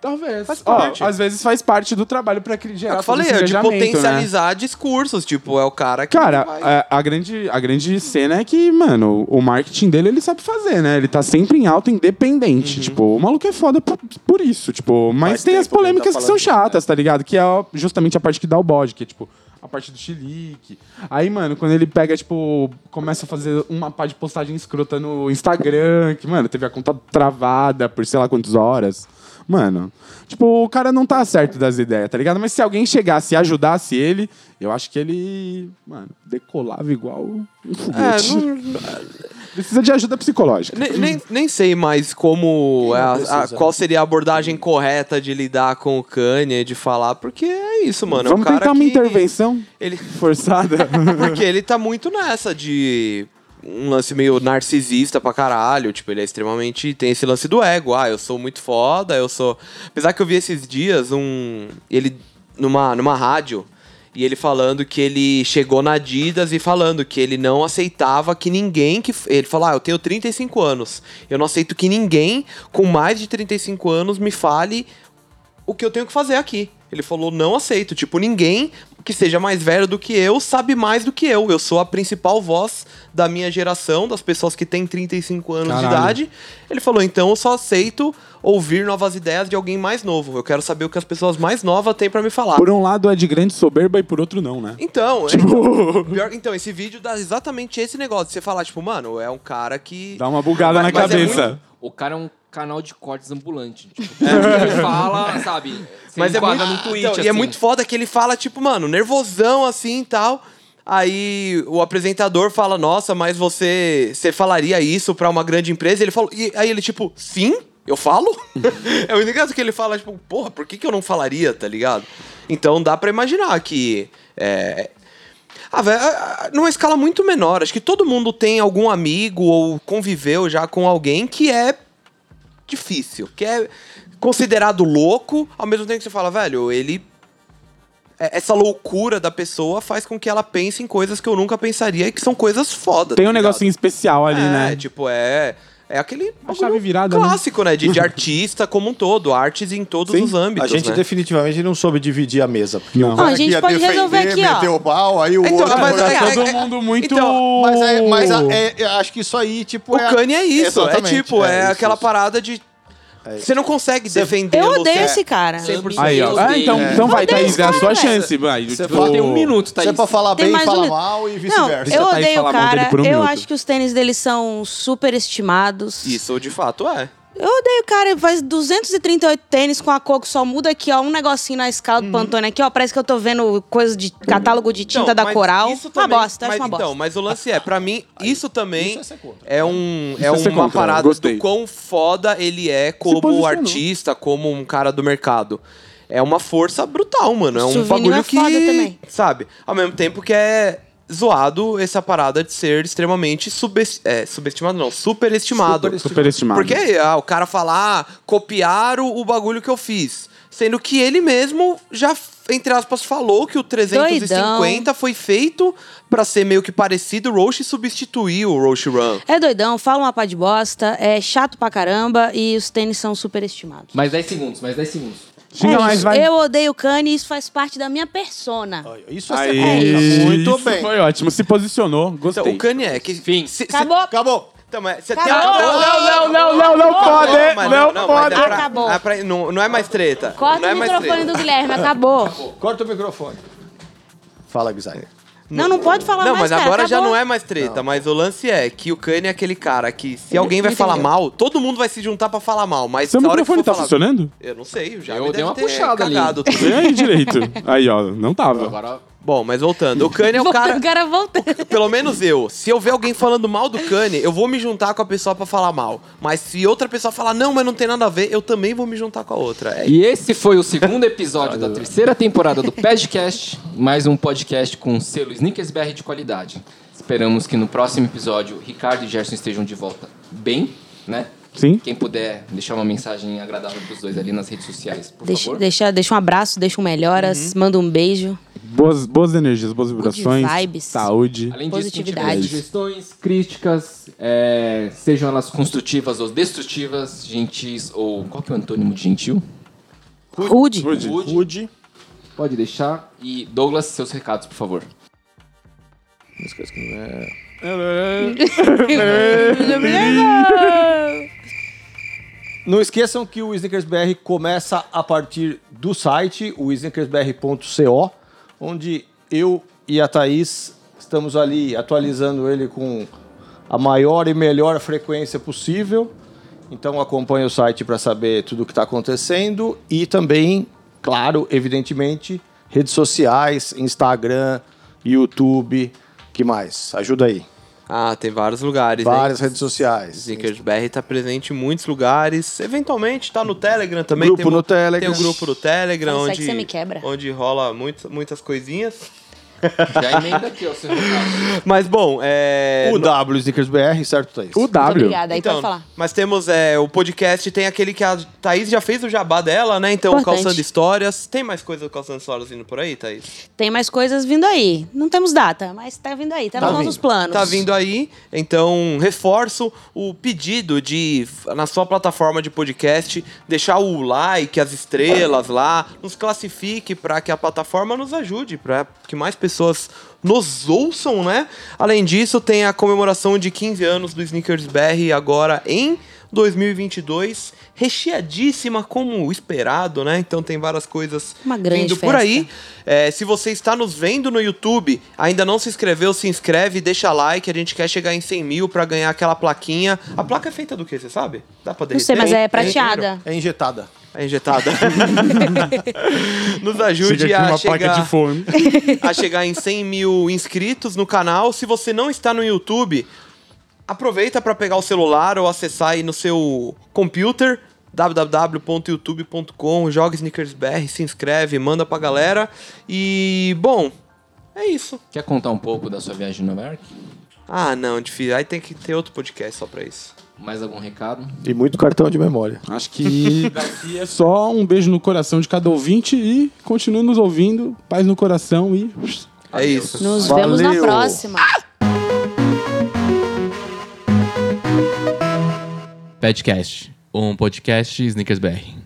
Talvez. Ó, às vezes faz parte do trabalho pra cri- gerar
Eu
todo
falei,
esse
é de
engajamento, né?
potencializar discursos. Tipo, é o cara que.
Cara,
vai-
a, a grande, a grande cena é que, mano, o marketing dele ele sabe fazer, né? Ele tá sempre em alta, independente. Tipo, o maluco é foda por, por isso, tipo. Mas
Uhum. Faz
tem as
tempo que ele
polêmicas
tá
que são
falando
chatas, tá ligado? Que é ó, justamente a parte que dá o bode, que é tipo. A parte do chilique. Aí, mano, quando ele pega, tipo, começa a fazer uma pá de postagem escrota no Instagram, que, mano, teve a conta travada por sei lá quantas horas. Mano, tipo, o cara não tá certo das ideias, tá ligado? Mas se alguém chegasse e ajudasse ele, eu acho que ele, mano, decolava igual um
É,
foguete.
não-
Precisa de ajuda psicológica.
ne- É. nem, nem sei mais como. é a- a- qual seria a abordagem correta de lidar com o Kanye, de falar, porque é isso, mano. é um
Vamos
cara
tentar uma
que-
intervenção
Ele,
forçada.
Porque ele tá muito nessa de um lance meio narcisista pra caralho. Tipo, ele é extremamente. Tem esse lance do ego. Ah, eu sou muito foda, eu sou. Apesar que eu vi esses dias um. Ele. numa, numa rádio. E ele falando que ele chegou na Adidas e falando que ele não aceitava que ninguém que. f- Ele falou: Ah, eu tenho 35 anos. Eu não aceito que ninguém com mais de 35 anos me fale o que eu tenho que fazer aqui. Ele falou, não aceito. Tipo, ninguém que seja mais velho do que eu sabe mais do que eu. Eu sou a principal voz da minha geração, das pessoas que têm 35 anos
Caralho.
de idade. Ele falou, então eu só aceito ouvir novas ideias de alguém mais novo. Eu quero saber o que as pessoas mais novas têm pra me falar.
Por um lado é de grande soberba e por outro não, né?
Então, é-
Tipo,
pior- então, esse vídeo dá exatamente esse negócio. de Você falar, tipo, mano, é um cara que...
dá uma bugada na
Mas- mas é
cabeça.
O cara é um canal de cortes ambulante. Tipo, ele fala, sabe? Você
Mas é muito,
enquadra num tweet,
então, E é
assim.
muito foda que ele fala, tipo, mano, nervosão assim e tal. Aí o apresentador fala, nossa, mas você, você falaria isso pra uma grande empresa? Ele falou, e aí ele, tipo, sim, eu falo? é o engraçado que ele fala, tipo, porra, por que, que eu não falaria, tá ligado? Então dá pra imaginar que. é, ah, velho, ah, ah, numa escala muito menor. Acho que todo mundo tem algum amigo ou conviveu já com alguém que é difícil, que é considerado louco, ao mesmo tempo que você fala, velho, ele. é- Essa loucura da pessoa faz com que ela pense em coisas que eu nunca pensaria e que são coisas foda.
Tem
tá
um
ligado?
negocinho especial ali,
é,
né?
Tipo, é. É aquele bagulho
chave virada, né?
clássico, né? De, de artista como um todo, artes em todos os
A
âmbitos.
gente
né?
definitivamente não soube dividir a mesa. Porque
Não.
o
Ó,
cara
a gente
ia
pode
defender,
resolver aqui, ó.
Meteu o pau, aí o
Então,
outro...
mas
Tá
foi
é-
atrás.
Todo mundo muito.
então,
Mas, é, mas a- é- é- acho que isso aí, tipo.
O
é-
Kanye é isso. É
Exatamente,
tipo, é,
isso,
aquela
isso. É
parada de. Você não consegue defender
Eu
o
odeio
Luciano.
esse cara.
100%.
Aí, ó. Ah, então,
É.
então vai,
Odeio
Thaís,
esse
é a
cara,
sua
velho.
chance, vai.
Você
Tipo,
fala-
Tem um minuto,
Você é
Thaís.
pra falar
Tem
bem,
mais um
fala
minuto.
mal e
Não,
vice-versa.
eu
Tá aí
odeio o
falar mal dele
cara.
por um
eu
minuto.
acho que os tênis dele são superestimados.
Isso, de fato, é.
Eu odeio o cara. Ele faz 238 tênis com a coco, só muda aqui, ó, um negocinho na escala
Uhum.
do Pantone aqui, ó. Parece que eu tô vendo coisa de catálogo de tinta
Então,
da
mas
Coral.
isso
uma
também-
bosta, eu acho
mas
uma bosta.
Então, mas o lance é, pra mim,
Ah,
isso também
isso é ser contra.
é, um, é
é
uma
ser contra,
parada
gostei.
do quão foda ele é como
posicionou.
artista, como um cara do mercado. É uma força brutal, mano. É um
Souvenir
bagulho
é
que.
foda também.
Sabe? Ao mesmo tempo que é zoado essa parada de ser extremamente subes- é, subestimado, não, superestimado.
Superestimado.
Porque ah, o cara fala, ah, copiaram o bagulho que eu fiz. Sendo que ele mesmo já, entre aspas, falou que o 350 foi feito pra ser meio que parecido o Roche e substituir o Roche Run.
É doidão, fala uma pá de bosta, é chato pra caramba e os tênis são superestimados.
Mais 10 segundos, mais 10 segundos.
Xinga
É
mais,
isso.
vai.
Eu odeio o Kanye e isso faz parte da minha persona.
Isso é ser
Aí,
contra. Muito
isso
bem.
Foi ótimo, se posicionou, gostei.
Então, o Kanye é que.
Fim.
se- se-
Acabou.
Acabou.
Então, mas você tem
Acabou.
Não, não, não, não pode,
mas
não,
mas
pode.
é pra-
Acabou.
é pra- não, não é mais treta. não
Corta
é
o
mais
microfone
treta.
do Guilherme, acabou.
Corta o microfone. Fala, Guizai.
Não, não pode falar
Não, mas
mais, cara,
agora já
acabou.
não é mais treta, mas o lance é que o Kanye é aquele cara que se alguém vai falar mal, todo mundo vai se juntar pra falar mal, mas
Seu
na hora que
microfone
for
tá
falar-
funcionando?
Eu não sei, já
Eu
me
dei
deve
uma
ter
puxada ali.
cagado tudo. né?
Vem aí direito. Aí, ó, não tava.
Agora
Bom, mas voltando. O Kanye é o
Volta-
cara.
O cara volta.
Pelo menos eu. Se eu ver alguém falando mal do Kanye, eu vou me juntar com a pessoa pra falar mal. Mas se outra pessoa falar, não, mas não tem nada a ver, eu também vou me juntar com a outra. É
E esse foi o segundo episódio da terceira temporada do Podcast, mais um podcast com selo Sneakers BR de qualidade. Esperamos que no próximo episódio Ricardo e Gerson estejam de volta bem, né?
Sim.
Quem puder deixar uma mensagem agradável pros dois ali nas redes sociais, por
Deixa,
favor.
deixa, deixa um abraço, deixa um melhoras,
Uhum.
manda um beijo.
Boas, boas energias, boas vibrações.
vibes.
Saúde.
Além disso, quem tiver
Positividade.
sugestões, críticas, é, sejam elas construtivas ou destrutivas, gentis ou qual que é o antônimo de gentil?
Rude.
Saúde.
Rude.
Pode deixar. E Douglas, seus recados, por favor.
Não esqueçam que o Snickers BR começa a partir do site, o snickersbr.co, onde eu e a Thaís estamos ali atualizando ele com a maior e melhor frequência possível. Então acompanhe o site para saber tudo o que está acontecendo e também, claro, evidentemente, redes sociais, Instagram, YouTube, que mais? Ajuda aí.
Ah, tem vários lugares.
Várias
hein?
redes sociais.
Zinkers BR tá presente em muitos lugares. Eventualmente tá no Telegram também.
Grupo
tem,
no
mu-
Telegram.
Tem o grupo no Telegram.
Fala,
onde,
segue que você me quebra.
Onde rola muitas, muitas coisinhas.
Já emenda aqui, ó, seu recado.
Mas bom, é.
o W Snickers BR, certo, Thaís?
O
Muito
W.
obrigada, aí
Então.
pode falar.
Mas temos é, o podcast, tem aquele que a Thaís já fez o jabá dela, né? Então, o
Importante.
Calçando Histórias. Tem mais coisa do Calçando Histórias indo por aí, Thaís?
Tem mais coisas vindo aí. Não temos data, mas tá vindo aí. Tá,
Tá
nos nossos planos.
Tá vindo aí, então reforço o pedido de, na sua plataforma de podcast, deixar o like, as estrelas lá, nos classifique para que a plataforma nos ajude, para que mais pessoas nos ouçam, né? Além disso, tem a comemoração de 15 anos do Sneakers BR agora em 2022, recheadíssima como o esperado, né? Então tem várias coisas
Uma grande
vindo por aí.
festa.
É, se você está nos vendo no YouTube, ainda não se inscreveu, se inscreve, deixa like. A gente quer chegar em 100 mil pra ganhar aquela plaquinha. A placa é feita do que, você sabe? Dá pra
Não
derreter?
sei, mas é
dinheiro?
prateada.
É injetada.
É injetada. nos ajude
Chega aqui
a
uma placa
chegar,
de fome.
a chegar em 100 mil inscritos no canal. Se você não está no YouTube, aproveita pra pegar o celular ou acessar aí no seu computer www.youtube.com, joga SnickersBR, se inscreve, manda pra galera. E, bom, é isso.
Quer contar um pouco da sua viagem de Nova York?
Ah, não, difícil. Aí tem que ter outro podcast só pra isso.
Mais algum recado?
E muito cartão de memória.
Acho que daqui é só um beijo no coração de cada ouvinte e continue nos ouvindo. Paz no coração e.
É isso.
Nos
Valeu.
vemos na próxima.
Petcast, um podcast Snickers BR.